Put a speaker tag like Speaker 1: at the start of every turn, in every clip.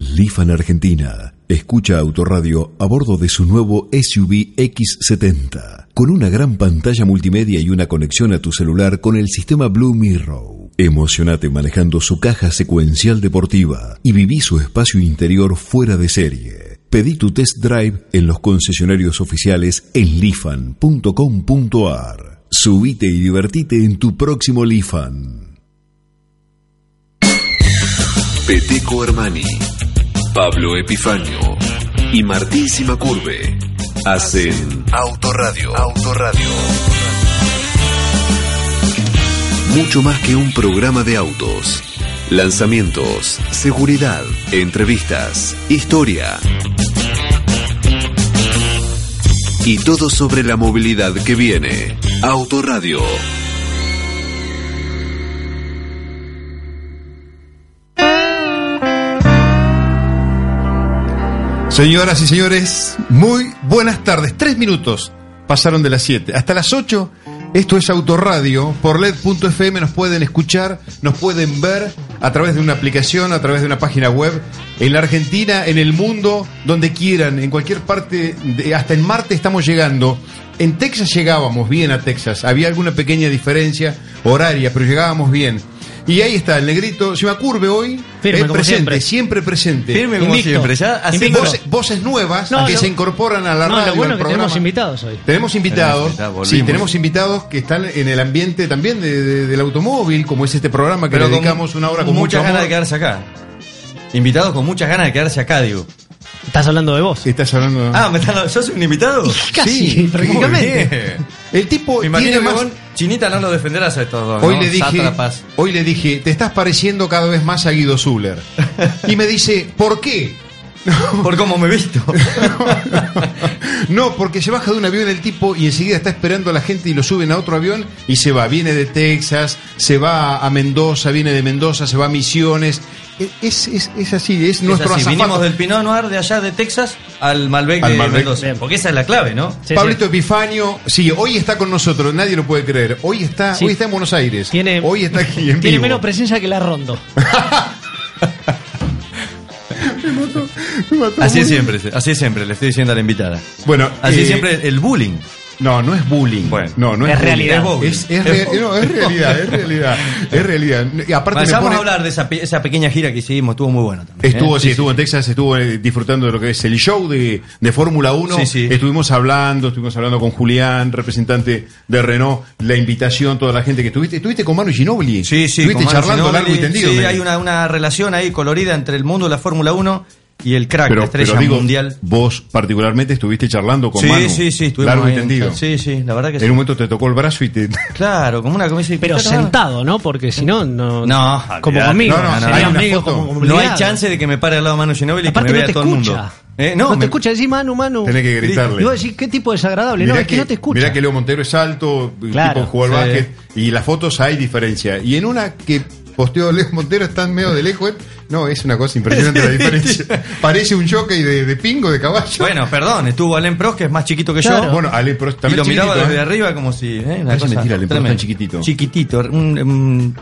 Speaker 1: Lifan Argentina. Escucha Autoradio a bordo de su nuevo SUV X70, con una gran pantalla multimedia y una conexión a tu celular con el sistema Blue Mirror. Emocionate manejando su caja secuencial deportiva y viví su espacio interior fuera de serie. Pedí tu test drive en los concesionarios oficiales en lifan.com.ar. Subite y divertite en tu próximo Lifan.
Speaker 2: Peteco Armani, Pablo Epifanio y Martín Simacurbe hacen Autoradio. Autoradio. Mucho más que un programa de autos. Lanzamientos, seguridad, entrevistas, historia. Y todo sobre la movilidad que viene. Autoradio.
Speaker 3: Señoras y señores, muy buenas tardes. Tres minutos pasaron de las 7 hasta las 8. Esto es Autoradio. Por E LED.fm nos pueden escuchar, nos pueden ver a través de una aplicación, a través de una página web. En la Argentina, en el mundo, donde quieran, en cualquier parte, de- hasta en Marte estamos llegando. En Texas llegábamos bien a Texas. Había alguna pequeña diferencia horaria, pero llegábamos bien. Y ahí está, el negrito. Se me acurve hoy.
Speaker 4: Firme,
Speaker 3: eh,
Speaker 4: como
Speaker 3: presente,
Speaker 4: siempre.
Speaker 3: presente.
Speaker 5: Firme como
Speaker 4: Invicto.
Speaker 5: siempre, ya haciendo...
Speaker 4: Invicto.
Speaker 3: Voce- voces nuevas
Speaker 4: No,
Speaker 3: que
Speaker 4: lo-
Speaker 3: se incorporan a la
Speaker 4: No,
Speaker 3: radio.
Speaker 4: lo bueno
Speaker 3: al
Speaker 4: es que tenemos
Speaker 3: programa.
Speaker 4: invitados hoy.
Speaker 3: Tenemos invitados,
Speaker 5: Tenemos invitados,
Speaker 3: sí,
Speaker 5: volvimos.
Speaker 3: tenemos invitados que están en el ambiente también de- de- del automóvil, como es este programa que
Speaker 5: Pero
Speaker 3: le
Speaker 5: con
Speaker 3: dedicamos una hora con
Speaker 5: muchas
Speaker 3: mucho
Speaker 5: ganas
Speaker 3: amor.
Speaker 5: de quedarse acá. Invitados con muchas ganas de quedarse acá, digo.
Speaker 4: Estás hablando de vos.
Speaker 3: Estás hablando.
Speaker 5: Ah, ¿me están, ¿yo soy un invitado?
Speaker 4: Casi,
Speaker 3: sí,
Speaker 4: prácticamente.
Speaker 5: Bien.
Speaker 3: el tipo
Speaker 5: Me imagino
Speaker 3: tiene
Speaker 5: que
Speaker 3: más.
Speaker 5: vos, Chinita, no lo defenderás a estos dos.
Speaker 3: Hoy
Speaker 5: ¿no?
Speaker 3: le dije,
Speaker 5: Sátrapas.
Speaker 3: hoy le dije, te estás pareciendo cada vez más a Guido Zuller. Y me dice, ¿por qué?
Speaker 5: Por cómo me he visto.
Speaker 3: No, porque se baja de un avión el tipo y enseguida está esperando a la gente y lo suben a otro avión y se va. Viene de Texas, se va a Mendoza, viene de Mendoza, se va a Misiones. Es, es- es así, es, nuestro
Speaker 5: Es así,
Speaker 3: azafato.
Speaker 5: vinimos del Pinot Noir de allá de Texas al Malbec
Speaker 3: Al
Speaker 5: de
Speaker 3: Malbec.
Speaker 5: Mendoza.
Speaker 4: Bien.
Speaker 5: Porque esa es la clave, ¿no?
Speaker 4: Sí,
Speaker 3: Pablito
Speaker 4: sí.
Speaker 3: Epifanio, sí, hoy está con nosotros, nadie lo puede creer. Hoy está,
Speaker 4: Sí.
Speaker 3: hoy está en Buenos Aires.
Speaker 4: Tiene,
Speaker 3: hoy está aquí en
Speaker 4: Tiene
Speaker 3: vivo.
Speaker 4: menos presencia que la Rondo.
Speaker 3: Me mató
Speaker 5: Así
Speaker 3: muy-
Speaker 5: es siempre, así es siempre, le estoy diciendo a la invitada.
Speaker 3: Bueno,
Speaker 5: Así
Speaker 3: eh,
Speaker 5: es siempre el bullying.
Speaker 3: No, no es bullying.
Speaker 5: Bueno.
Speaker 3: no, no es,
Speaker 4: Es
Speaker 3: bullying.
Speaker 4: realidad.
Speaker 3: Es, es re- no, es realidad, es realidad, es realidad. Y aparte me
Speaker 5: Vayamos
Speaker 3: pone-
Speaker 5: a hablar de esa, pe- esa pequeña gira que hicimos, estuvo muy bueno también.
Speaker 3: Estuvo,
Speaker 5: ¿eh?
Speaker 3: sí, estuvo en Texas, estuvo eh, disfrutando de lo que es el show de, de Fórmula 1.
Speaker 5: Sí, sí.
Speaker 3: Estuvimos hablando, estuvimos hablando con Julián, representante de Renault, la invitación, toda la gente que estuviste. Estuviste con Manu Ginobili.
Speaker 5: Sí, sí,
Speaker 3: Estuviste
Speaker 5: con Manu
Speaker 3: charlando
Speaker 5: Ginóbili,
Speaker 3: largo y tendido.
Speaker 5: Sí,
Speaker 3: me-
Speaker 5: hay una, una relación ahí colorida entre el mundo de la Fórmula 1 y el crack, la
Speaker 3: pero,
Speaker 5: estrella
Speaker 3: pero digo,
Speaker 5: mundial.
Speaker 3: vos particularmente estuviste charlando con
Speaker 5: sí,
Speaker 3: Manu.
Speaker 5: sí, sí, estuvimos
Speaker 3: Largo
Speaker 5: ahí
Speaker 3: y
Speaker 5: en-
Speaker 3: tendido.
Speaker 5: Sí, sí, la verdad que
Speaker 3: En
Speaker 5: sí.
Speaker 3: un momento te tocó el brazo y te...
Speaker 5: Claro, como una comida.
Speaker 4: Pero sentado, ¿no? Porque si no, no.
Speaker 5: No,
Speaker 4: como
Speaker 5: olvidate.
Speaker 4: conmigo.
Speaker 3: No, no,
Speaker 4: sería
Speaker 3: hay una
Speaker 4: medio
Speaker 3: foto.
Speaker 4: como
Speaker 3: No
Speaker 5: No hay
Speaker 4: obligado.
Speaker 5: chance de que me pare al lado de Manu Ginóbili y que me
Speaker 4: Aparte, no
Speaker 5: vea
Speaker 4: te
Speaker 5: todo el mundo.
Speaker 4: escucha.
Speaker 5: Eh,
Speaker 4: no, te
Speaker 5: me-
Speaker 4: escucha, decís, Manu, Manu.
Speaker 3: Tenés que gritarle.
Speaker 4: Y vos decís, qué tipo desagradable. no, es que, no te escucha.
Speaker 3: mirá que Leo Montero es alto, el
Speaker 4: Claro,
Speaker 3: tipo que jugó al
Speaker 5: sí.
Speaker 3: básquet, y las fotos hay diferencia. Y en una que posteó Leo Montero están medio de lejos, eh, no, es una cosa impresionante la diferencia. Parece un jockey de, de pingo, de caballo.
Speaker 5: Bueno, perdón, estuvo Alain Prost, que es más chiquito que
Speaker 4: Claro.
Speaker 5: yo.
Speaker 3: Bueno, Ale Prost
Speaker 5: Y
Speaker 3: también
Speaker 5: lo miraba
Speaker 3: chiquitito,
Speaker 5: desde
Speaker 3: ¿eh?
Speaker 5: arriba como si. Eh, una
Speaker 3: Parece
Speaker 5: cosa
Speaker 3: mentira, le importa
Speaker 5: tremenda.
Speaker 3: tan chiquitito.
Speaker 5: Chiquitito. un- un-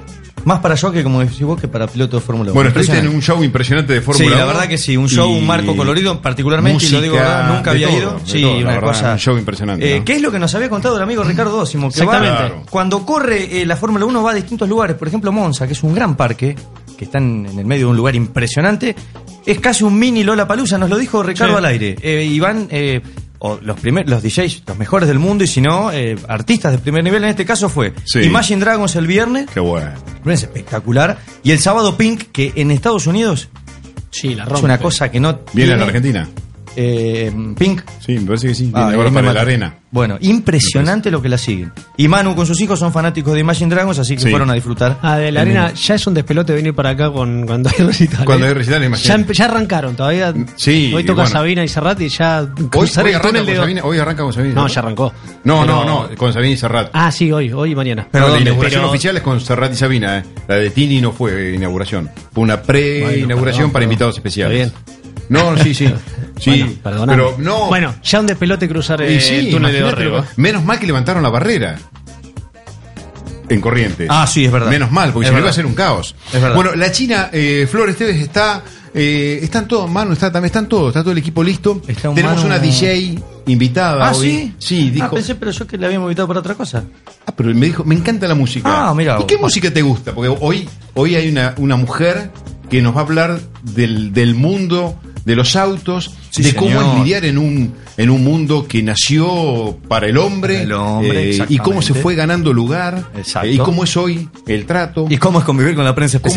Speaker 5: más para yo que como decís vos que para piloto de Fórmula 1.
Speaker 3: Bueno, estuviste en
Speaker 5: Impresionante.
Speaker 3: un show impresionante de Fórmula
Speaker 5: Sí,
Speaker 3: 1.
Speaker 5: la verdad que sí, un show, un marco colorido particularmente, y lo digo,
Speaker 3: música,
Speaker 5: verdad,
Speaker 3: de
Speaker 5: nunca había
Speaker 3: todo,
Speaker 5: ido.
Speaker 3: de
Speaker 5: Sí,
Speaker 3: todo, la
Speaker 5: una
Speaker 3: verdad,
Speaker 5: cosa.
Speaker 3: un show impresionante,
Speaker 5: Eh,
Speaker 3: ¿no?
Speaker 5: ¿Qué es lo que nos había contado el amigo Ricardo Dósimo? Que
Speaker 4: Exactamente.
Speaker 5: va- cuando corre eh, la Fórmula 1 va a distintos lugares, por ejemplo Monza, que es un gran parque, que está en, en el medio de un lugar impresionante, es casi un mini Lola Palusa, nos lo dijo Ricardo
Speaker 4: Sí.
Speaker 5: al aire. Eh, y van eh, o los, primer, los DJs, los mejores del mundo, y si no, eh, artistas de primer nivel, en este caso fue
Speaker 3: Sí.
Speaker 5: Imagine Dragons el viernes,
Speaker 3: Qué bueno.
Speaker 5: es espectacular, y el sábado Pink, que en Estados Unidos
Speaker 4: Sí, la
Speaker 5: es
Speaker 4: rompe.
Speaker 5: una cosa que no
Speaker 3: Viene a
Speaker 5: tiene-
Speaker 3: la Argentina.
Speaker 5: eh, Pink.
Speaker 3: Sí, me parece que sí.
Speaker 5: Ah,
Speaker 3: Viene
Speaker 5: ahí
Speaker 3: ahora
Speaker 5: me
Speaker 3: para la
Speaker 5: mata.
Speaker 3: arena.
Speaker 5: Bueno, impresionante lo que la siguen. Y Manu con sus hijos son fanáticos de Imagine Dragons, así que
Speaker 3: Sí.
Speaker 5: fueron a disfrutar.
Speaker 4: Ah, de la arena, ya es un despelote venir para acá con, cuando hay recitales.
Speaker 3: Cuando hay recitales, imagínate.
Speaker 4: Ya, empe- ya arrancaron, todavía.
Speaker 3: Sí,
Speaker 4: Hoy toca
Speaker 3: bueno.
Speaker 4: Sabina y Serrat y ya.
Speaker 3: Hoy,
Speaker 4: cruzar
Speaker 3: hoy
Speaker 4: el
Speaker 3: arranca
Speaker 4: túnel
Speaker 3: con
Speaker 4: de-
Speaker 3: Sabina, hoy arranca con Sabina.
Speaker 4: No, ya arrancó.
Speaker 3: No, no,
Speaker 4: Pero-
Speaker 3: no, con Sabina y Serrat.
Speaker 4: Ah, sí, hoy, hoy y mañana.
Speaker 3: No, la
Speaker 4: Perdón,
Speaker 3: inauguración
Speaker 4: pero-
Speaker 3: oficial es con Serrat y Sabina. eh. La de Tini no fue inauguración. Fue una pre-inauguración
Speaker 4: Bueno, perdón,
Speaker 3: para
Speaker 4: perdón.
Speaker 3: invitados especiales. No, sí, sí. sí
Speaker 4: Bueno, perdóname.
Speaker 3: pero no.
Speaker 4: Bueno, ya un despelote cruzar eh,
Speaker 3: y
Speaker 5: eh,
Speaker 4: el
Speaker 3: sí,
Speaker 4: túnel de
Speaker 3: imagínate
Speaker 4: Dorrego.
Speaker 3: lo- menos mal que levantaron la barrera. En corriente.
Speaker 5: Ah, sí, es verdad.
Speaker 3: Menos mal, porque
Speaker 5: Es
Speaker 3: si no
Speaker 5: verdad.
Speaker 3: iba a ser un caos.
Speaker 5: Es verdad.
Speaker 3: Bueno, la China, eh, Flor Esteves está. eh, están todos, Manu, está, también están todos, está todo el equipo listo.
Speaker 5: Está un
Speaker 3: Tenemos
Speaker 5: Manu-
Speaker 3: una DJ invitada.
Speaker 5: Ah,
Speaker 3: hoy.
Speaker 5: sí.
Speaker 3: Sí, dijo.
Speaker 5: Ah, pensé, pero yo que le habíamos invitado para otra cosa.
Speaker 3: Ah, pero me dijo, me encanta la música.
Speaker 5: Ah, mirá
Speaker 3: ¿Y qué
Speaker 5: vos.
Speaker 3: música te gusta? Porque hoy, hoy hay una, una mujer que nos va a hablar del, del mundo, de los autos,
Speaker 5: Sí,
Speaker 3: de cómo
Speaker 5: señor.
Speaker 3: es lidiar en un, en un mundo que nació para el hombre, eh,
Speaker 5: Para el hombre,
Speaker 3: y cómo se
Speaker 5: exactamente.
Speaker 3: fue ganando lugar,
Speaker 5: Exacto.
Speaker 3: eh, y cómo es hoy el trato.
Speaker 5: ¿Y cómo es convivir con la prensa
Speaker 3: ¿Cómo es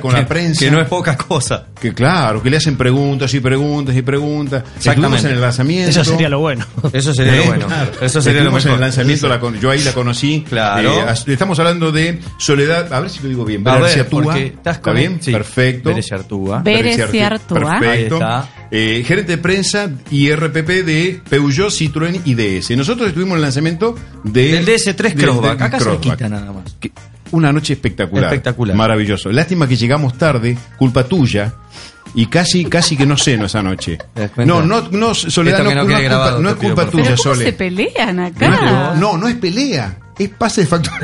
Speaker 3: convivir con la
Speaker 5: Que-
Speaker 3: prensa?
Speaker 5: Que no es poca cosa.
Speaker 3: que claro, que le hacen preguntas y preguntas y preguntas.
Speaker 5: Exactamente.
Speaker 3: Estuvimos en el lanzamiento.
Speaker 4: Eso sería lo bueno.
Speaker 5: Eso sería
Speaker 3: Eh,
Speaker 5: lo bueno.
Speaker 3: claro.
Speaker 5: Eso sería lo
Speaker 3: Estuvimos
Speaker 5: mejor.
Speaker 3: en el lanzamiento, la con- yo ahí la conocí.
Speaker 5: Claro.
Speaker 3: Eh, as- estamos hablando de Soledad, a ver si lo digo bien.
Speaker 5: A ver,
Speaker 3: Berecia Artúa.
Speaker 5: porque estás
Speaker 3: ¿Está
Speaker 5: con-
Speaker 3: bien?
Speaker 5: sí.
Speaker 3: Perfecto.
Speaker 5: Berecia Artúa.
Speaker 3: Berecia
Speaker 6: Berecia
Speaker 3: Artú-
Speaker 6: Artúa.
Speaker 3: Perfecto.
Speaker 5: Ahí está.
Speaker 3: Eh, gerente de prensa y RPP de Peugeot, Citroën y DS. Nosotros estuvimos en el lanzamiento de,
Speaker 5: Del DS3
Speaker 3: del-
Speaker 5: Crossback.
Speaker 3: del
Speaker 5: Acá
Speaker 3: Crossback.
Speaker 5: cerquita nada más.
Speaker 3: Que- Una noche espectacular.
Speaker 5: Espectacular.
Speaker 3: Maravilloso. Lástima que llegamos tarde, culpa tuya. Y casi, casi que no ceno esa noche.
Speaker 5: ¿Te das cuenta?
Speaker 3: No, no, no, Soledad,
Speaker 5: Esto
Speaker 3: no,
Speaker 5: que no
Speaker 3: no
Speaker 5: quede
Speaker 3: es culpa,
Speaker 5: grabado,
Speaker 3: no es
Speaker 5: te pido
Speaker 3: culpa
Speaker 5: por favor.
Speaker 6: Pero
Speaker 3: tuya,
Speaker 6: ¿cómo se
Speaker 3: Sole.
Speaker 6: pelean
Speaker 3: No,
Speaker 6: acá?
Speaker 3: no, no es pelea. Es pase de factura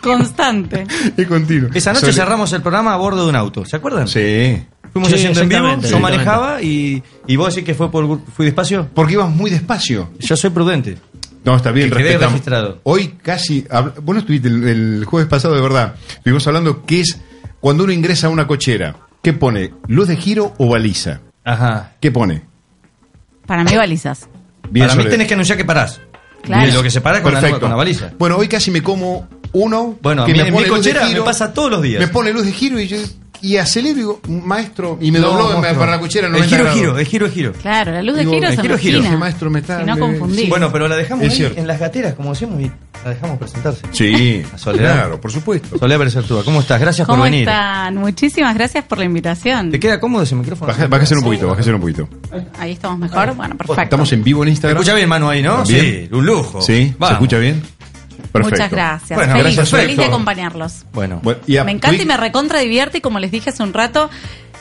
Speaker 6: Constante.
Speaker 3: y continuo.
Speaker 5: Esa noche
Speaker 3: Sole-
Speaker 5: cerramos el programa a bordo de un auto, ¿se acuerdan?
Speaker 3: Sí.
Speaker 5: Fuimos
Speaker 4: Sí,
Speaker 5: haciendo en vivo,
Speaker 4: exactamente,
Speaker 5: yo
Speaker 4: exactamente.
Speaker 5: manejaba y, y vos decís que fue por fui despacio.
Speaker 3: Porque ibas muy despacio.
Speaker 5: Yo soy prudente.
Speaker 3: No, está bien,
Speaker 5: Que quede
Speaker 3: respetamos.
Speaker 5: registrado.
Speaker 3: Hoy casi. hab- Vos no estuviste el, el jueves pasado, de verdad. Estuvimos hablando que es cuando uno ingresa a una cochera. ¿Qué pone? ¿Luz de giro o baliza?
Speaker 5: Ajá.
Speaker 3: ¿Qué pone?
Speaker 6: Para mí balizas.
Speaker 3: Bien,
Speaker 5: Para mí
Speaker 3: Soledad.
Speaker 5: tenés que anunciar que parás.
Speaker 6: Claro.
Speaker 5: Y lo que se para es con la,
Speaker 3: Perfecto.
Speaker 5: con la baliza.
Speaker 3: Bueno, hoy casi me como uno.
Speaker 5: Bueno, a
Speaker 3: que
Speaker 5: mí- en mi
Speaker 3: luz de
Speaker 5: cochera me pasa todos los días.
Speaker 3: Me pone luz de giro y yo. Y acelero y digo, maestro. Y me
Speaker 5: No,
Speaker 3: dobló
Speaker 5: monstruo.
Speaker 3: para la cochera.
Speaker 5: El
Speaker 3: 90
Speaker 5: giro,
Speaker 3: grados.
Speaker 5: giro, el giro, giro.
Speaker 6: Claro, la luz de
Speaker 3: Digo,
Speaker 6: giro
Speaker 3: el
Speaker 6: es
Speaker 5: giro, giro.
Speaker 6: esquina.
Speaker 3: Ese maestro eh, me está-
Speaker 6: Si no
Speaker 3: me-
Speaker 6: confundís.
Speaker 5: Bueno, pero la dejamos
Speaker 3: Es
Speaker 5: ahí
Speaker 3: cierto.
Speaker 5: en las gateras, como decimos, y la dejamos presentarse.
Speaker 3: Sí,
Speaker 5: A Soledad.
Speaker 3: claro, por supuesto.
Speaker 5: Soledad Berecertúa, ¿cómo estás? Gracias
Speaker 6: ¿Cómo
Speaker 5: por venir.
Speaker 6: están? Muchísimas gracias por la invitación.
Speaker 5: ¿Te queda cómodo ese micrófono?
Speaker 3: Baja- Bájese un poquito, bájese un poquito.
Speaker 6: Ahí estamos mejor. Bueno, perfecto.
Speaker 3: Estamos en vivo en
Speaker 5: ¿Se
Speaker 3: Instagram.
Speaker 5: escucha bien, Manu, ahí, no?
Speaker 3: Bien.
Speaker 5: Sí, un lujo.
Speaker 3: Sí, ¿se
Speaker 5: Vamos.
Speaker 3: escucha bien? Perfecto.
Speaker 6: Muchas gracias.
Speaker 5: Bueno,
Speaker 6: feliz,
Speaker 3: gracias,
Speaker 6: feliz de
Speaker 3: Héctor.
Speaker 6: acompañarlos.
Speaker 5: Bueno.
Speaker 3: Bueno, y a-
Speaker 6: me encanta y me recontra divierte y como les dije hace un rato,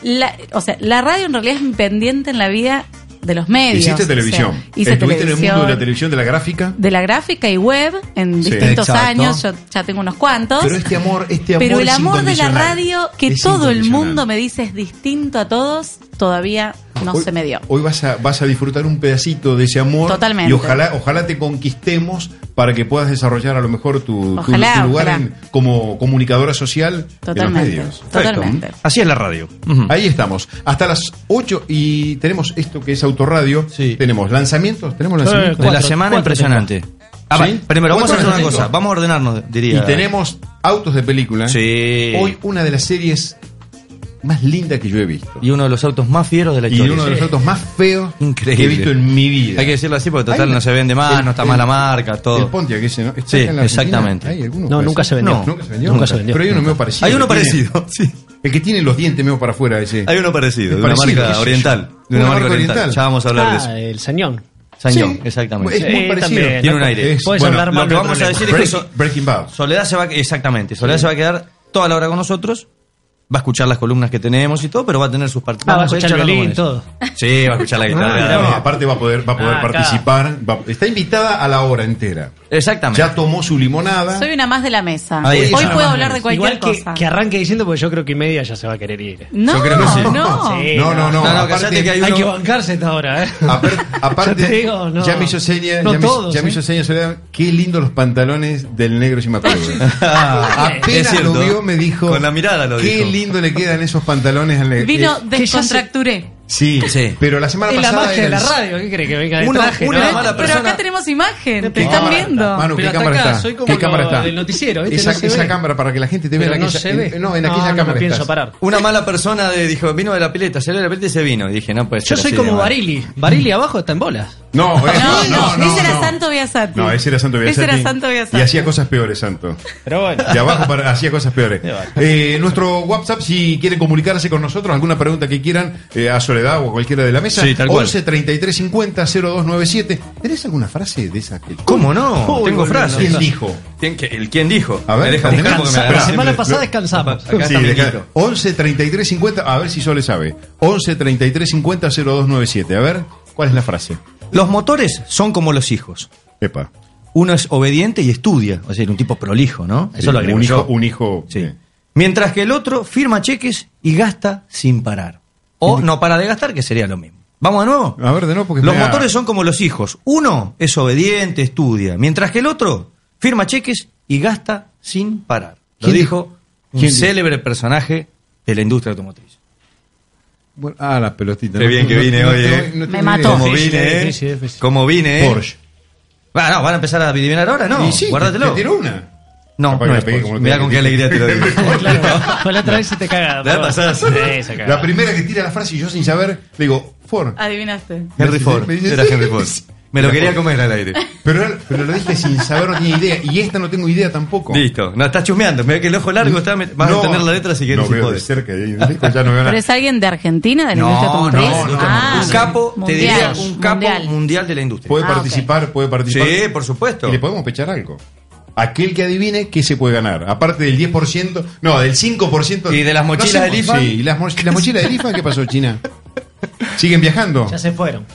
Speaker 6: la, o sea, la radio en realidad es mi pendiente en la vida de los medios.
Speaker 3: Hiciste
Speaker 6: o sea,
Speaker 3: televisión.
Speaker 6: hice
Speaker 3: Estuviste en el
Speaker 6: televisión.
Speaker 3: mundo de la televisión, de la gráfica.
Speaker 6: de la gráfica y web en
Speaker 3: Sí.
Speaker 6: distintos
Speaker 5: Exacto.
Speaker 6: años, yo ya tengo unos cuantos.
Speaker 3: Pero este amor, este amor
Speaker 6: Pero el
Speaker 3: es
Speaker 6: amor de la
Speaker 3: incondicional.
Speaker 6: radio, que
Speaker 3: Es
Speaker 6: todo el
Speaker 3: incondicional.
Speaker 6: mundo me dice es distinto a todos, todavía no
Speaker 3: Hoy-
Speaker 6: se me dio.
Speaker 3: Hoy vas a, vas a disfrutar un pedacito de ese amor.
Speaker 6: Totalmente.
Speaker 3: Y ojalá, ojalá te conquistemos para que puedas desarrollar a lo mejor tu, tu-
Speaker 6: Ojalá,
Speaker 3: tu lugar
Speaker 6: ojalá.
Speaker 3: en- como comunicadora social
Speaker 6: Totalmente,
Speaker 3: de los medios.
Speaker 6: totalmente.
Speaker 5: Así es la radio. Ujú.
Speaker 3: Ahí estamos. Hasta las 8 y tenemos esto que es autorradio.
Speaker 5: Sí.
Speaker 3: Tenemos lanzamientos, tenemos lanzamientos.
Speaker 5: de la
Speaker 4: Eh, Cuatro,
Speaker 5: semana
Speaker 4: cuatro
Speaker 5: impresionante. Ah,
Speaker 3: ¿Sí?
Speaker 5: va, Primero, vamos a hacer
Speaker 3: Cuatro
Speaker 5: una
Speaker 3: tengo.
Speaker 5: cosa. Vamos a ordenarnos, diría.
Speaker 3: Y tenemos autos de película.
Speaker 5: Sí.
Speaker 3: Hoy una de las series más lindas que yo he visto.
Speaker 5: Y uno de los autos más fieros de la
Speaker 3: Y
Speaker 5: historia.
Speaker 3: uno de los
Speaker 5: Sí.
Speaker 3: autos más feos que
Speaker 5: Increíble.
Speaker 3: he visto en mi vida.
Speaker 5: Hay que decirlo así porque
Speaker 3: Hay
Speaker 5: total
Speaker 3: una-
Speaker 5: no se vende más,
Speaker 3: el-
Speaker 5: no está
Speaker 3: el-
Speaker 5: mal la marca, todo.
Speaker 3: El Pontiac ese, ¿no? ¿Está
Speaker 5: Sí,
Speaker 3: acá en la Argentina?
Speaker 5: exactamente.
Speaker 3: ¿Hay alguno
Speaker 4: No, nunca
Speaker 3: parecido?
Speaker 4: se vendió.
Speaker 5: No,
Speaker 3: Nunca se vendió.
Speaker 4: Nunca se vendió.
Speaker 3: Pero hay uno medio parecido.
Speaker 5: Hay uno
Speaker 3: que tiene-
Speaker 5: parecido, sí.
Speaker 3: el que tiene los dientes medio para afuera ese.
Speaker 5: Hay uno parecido, de una
Speaker 3: Parecido, qué sé
Speaker 5: marca
Speaker 3: yo.
Speaker 5: oriental. De una, marca oriental. Ya vamos a hablar de eso.
Speaker 4: Ah, el señor.
Speaker 5: Sañón,
Speaker 3: Sí.
Speaker 5: exactamente.
Speaker 3: Es muy
Speaker 4: Sí,
Speaker 3: parecido.
Speaker 4: también.
Speaker 5: Tiene un aire.
Speaker 3: Es-
Speaker 4: Podés
Speaker 3: bueno, lo
Speaker 4: hablar mal
Speaker 5: que Ah,
Speaker 4: no hay
Speaker 5: vamos a
Speaker 4: problema.
Speaker 5: decir es-
Speaker 3: Breaking, Breaking Bad.
Speaker 5: Soledad se va a, exactamente, Soledad se va a quedar toda la hora con nosotros. Va a escuchar las columnas que tenemos y todo, pero va a tener sus partidos.
Speaker 4: Ah, va a escuchar el violín, todo.
Speaker 5: Sí, va a escuchar la guitarra.
Speaker 3: No, no, aparte Ah, va a poder, va a poder
Speaker 4: Ah, acá.
Speaker 3: participar. va- está invitada a la hora entera.
Speaker 5: Exactamente.
Speaker 3: Ya tomó su limonada.
Speaker 6: Soy una más de la mesa.
Speaker 5: Ahí
Speaker 6: Hoy
Speaker 5: está. Una
Speaker 6: puedo
Speaker 5: más
Speaker 6: hablar
Speaker 5: de
Speaker 6: de
Speaker 5: la
Speaker 6: cualquier
Speaker 4: Igual que,
Speaker 6: cosa.
Speaker 4: que arranque diciendo, porque yo creo que y media ya se va a querer ir.
Speaker 6: no,
Speaker 5: Yo creo que sí.
Speaker 6: no.
Speaker 4: Sí.
Speaker 3: No, no, no.
Speaker 5: No, no,
Speaker 3: aparte-
Speaker 5: callate que hay
Speaker 4: Hay,
Speaker 5: uno-
Speaker 4: que bancarse esta hora, ¿eh?
Speaker 3: Aper- aparte,
Speaker 4: Ya te digo, no.
Speaker 3: ya me hizo seña,
Speaker 4: No
Speaker 3: ya, me,
Speaker 4: todos,
Speaker 3: ya me
Speaker 4: ¿eh?
Speaker 3: hizo seña, Soledad, qué lindo los pantalones del negro Simacuego.
Speaker 5: Ah, es
Speaker 3: Apenas
Speaker 5: cierto.
Speaker 3: lo vio, me dijo.
Speaker 5: Con la mirada lo
Speaker 3: Qué
Speaker 5: dijo.
Speaker 3: lindo le quedan esos pantalones al negro.
Speaker 6: Vino,
Speaker 3: Eh,
Speaker 4: que ya se-
Speaker 6: descontracturé.
Speaker 3: Sí,
Speaker 5: Sí.
Speaker 3: pero la semana
Speaker 4: Es la
Speaker 3: pasada
Speaker 4: magia
Speaker 3: era
Speaker 4: de la
Speaker 3: el-
Speaker 4: radio. ¿Qué cree que venga de
Speaker 5: Uno-
Speaker 4: traje?
Speaker 5: uno
Speaker 4: no?
Speaker 5: era
Speaker 6: Pero,
Speaker 5: mala
Speaker 6: pero
Speaker 5: persona.
Speaker 6: acá tenemos imagen, te
Speaker 4: Pero
Speaker 6: están
Speaker 4: cámara
Speaker 6: viendo.
Speaker 3: Manu, ¿qué
Speaker 4: Pero hasta
Speaker 3: cámara
Speaker 4: acá,
Speaker 3: está?
Speaker 4: soy como
Speaker 3: ¿Qué
Speaker 4: lo
Speaker 3: cámara está?
Speaker 4: del noticiero, ¿viste?
Speaker 3: Esa,
Speaker 4: No se
Speaker 3: esa
Speaker 4: ve.
Speaker 3: cámara para que la gente te vea.
Speaker 4: Pero
Speaker 3: en
Speaker 4: no
Speaker 3: aquella-
Speaker 4: se
Speaker 3: en-
Speaker 4: ve.
Speaker 3: no, en aquella
Speaker 4: no
Speaker 3: cámara.
Speaker 4: pienso
Speaker 3: estás.
Speaker 4: parar.
Speaker 5: Una mala persona de- dijo, vino de la pileta, salió de la pileta y se vino. Y dije, no, pues.
Speaker 4: Yo soy como Barili. Barili abajo está en bolas.
Speaker 3: No, eh,
Speaker 6: No, no,
Speaker 3: no,
Speaker 6: ese era
Speaker 3: no.
Speaker 6: Santo Biasati.
Speaker 3: No, ese era Santo
Speaker 6: Ese
Speaker 3: Biasati.
Speaker 6: era Santo Biasati.
Speaker 3: Y hacía cosas peores, Santo.
Speaker 4: Pero bueno.
Speaker 3: De abajo para- hacía cosas peores. Eh, nuestro WhatsApp, si quieren comunicarse con nosotros, alguna pregunta que quieran, eh, a Soledad o a cualquiera de la mesa,
Speaker 5: Sí, tal cual.
Speaker 3: 11 33 50 0297. ¿Tenés alguna frase de esa que.?
Speaker 5: ¿Cómo no?
Speaker 4: Uy,
Speaker 5: Tengo
Speaker 4: boludo.
Speaker 5: frases.
Speaker 3: ¿Quién dijo?
Speaker 5: ¿Quién, que- el quién dijo?
Speaker 3: A ver,
Speaker 5: me deja buscar porque me
Speaker 4: Descansamos.
Speaker 5: agarra
Speaker 4: La semana
Speaker 5: siempre.
Speaker 4: pasada descansamos.
Speaker 5: Acá
Speaker 3: Sí,
Speaker 5: está mi
Speaker 3: deja-
Speaker 5: grito.
Speaker 3: 11 33 50, a ver si Sole sabe. 11 33 50 0297. A ver, ¿cuál es la frase?
Speaker 5: Los motores son como los hijos.
Speaker 3: Epa.
Speaker 5: Uno es obediente y estudia, o sea, un tipo prolijo, ¿no? Eso
Speaker 3: Sí,
Speaker 5: lo agrego
Speaker 3: Eh, un hijo,
Speaker 5: yo.
Speaker 3: un hijo. eh.
Speaker 5: Sí. Mientras que el otro firma cheques y gasta sin parar. O no para de gastar, que sería lo mismo. ¿Vamos de nuevo?
Speaker 3: A ver, de nuevo, porque
Speaker 5: Los
Speaker 3: me da-
Speaker 5: motores son como los hijos. Uno es obediente, estudia. Mientras que el otro firma cheques y gasta sin parar. Lo
Speaker 3: ¿Quién
Speaker 5: dijo
Speaker 3: dijo?
Speaker 5: un
Speaker 3: ¿Quién dijo?
Speaker 5: célebre personaje de la industria automotriz.
Speaker 3: Bueno, ah, la pelotita.
Speaker 5: Qué bien que vine hoy, eh.
Speaker 3: tengo-
Speaker 6: Me
Speaker 3: tengo
Speaker 6: mató.
Speaker 3: idea.
Speaker 5: Como
Speaker 4: Difícil,
Speaker 5: vine, eh.
Speaker 4: difícil, difícil.
Speaker 5: Como vine, eh.
Speaker 3: Porsche.
Speaker 5: Ah, no, ¿Van a empezar a adivinar ahora? Ah, No,
Speaker 3: Y sí,
Speaker 5: guárdatelo.
Speaker 3: te- te tiró una.
Speaker 5: No,
Speaker 3: Capaz
Speaker 5: no
Speaker 3: que la
Speaker 5: es
Speaker 3: pegué
Speaker 5: Porsche.
Speaker 3: como lo
Speaker 5: Mirá
Speaker 3: tenía
Speaker 5: con
Speaker 3: que
Speaker 5: qué alegría te lo digo.
Speaker 4: Claro, fue la otra vez se te cagaba.
Speaker 5: La pasada, sí.
Speaker 4: Sí, se
Speaker 3: La
Speaker 4: cagaba.
Speaker 3: primera que tira la frase y yo sin saber, le digo, Ford.
Speaker 6: Adivinaste.
Speaker 5: Henry Ford.
Speaker 3: Me dice-
Speaker 5: Era Henry Ford. Me lo
Speaker 3: Era
Speaker 5: quería
Speaker 3: Ford.
Speaker 5: comer al aire.
Speaker 3: Pero, era- pero lo dije sin saber, no tenía idea. Y esta no tengo idea tampoco.
Speaker 5: Listo. No, estás chusmeando. Mira que el ojo largo está. Vas a
Speaker 3: No.
Speaker 5: entender la letra si
Speaker 3: No
Speaker 5: quieres. si
Speaker 3: veo de
Speaker 5: podés.
Speaker 3: cerca, de ahí, de lejos, ya no veo
Speaker 6: ¿Pero
Speaker 3: nada.
Speaker 6: es alguien de Argentina, de la
Speaker 5: No,
Speaker 6: industria automotriz?
Speaker 3: no, no,
Speaker 6: Ah,
Speaker 3: no.
Speaker 5: un capo, te
Speaker 6: mundial,
Speaker 5: diría, un capo mundial,
Speaker 6: mundial.
Speaker 5: de la industria.
Speaker 3: Puede
Speaker 6: Ah,
Speaker 3: participar, puede participar.
Speaker 5: Sí, por supuesto.
Speaker 3: Y le podemos pechar algo. Aquel que adivine, ¿qué se puede ganar? Aparte del 10%, no, del 5%.
Speaker 5: ¿Y de las
Speaker 3: ¿Lo
Speaker 5: mochilas
Speaker 3: hacemos?
Speaker 5: del IFA?
Speaker 3: Sí, ¿y las, mo- las mochilas del IFA qué pasó, China? ¿Siguen viajando?
Speaker 4: Ya se fueron.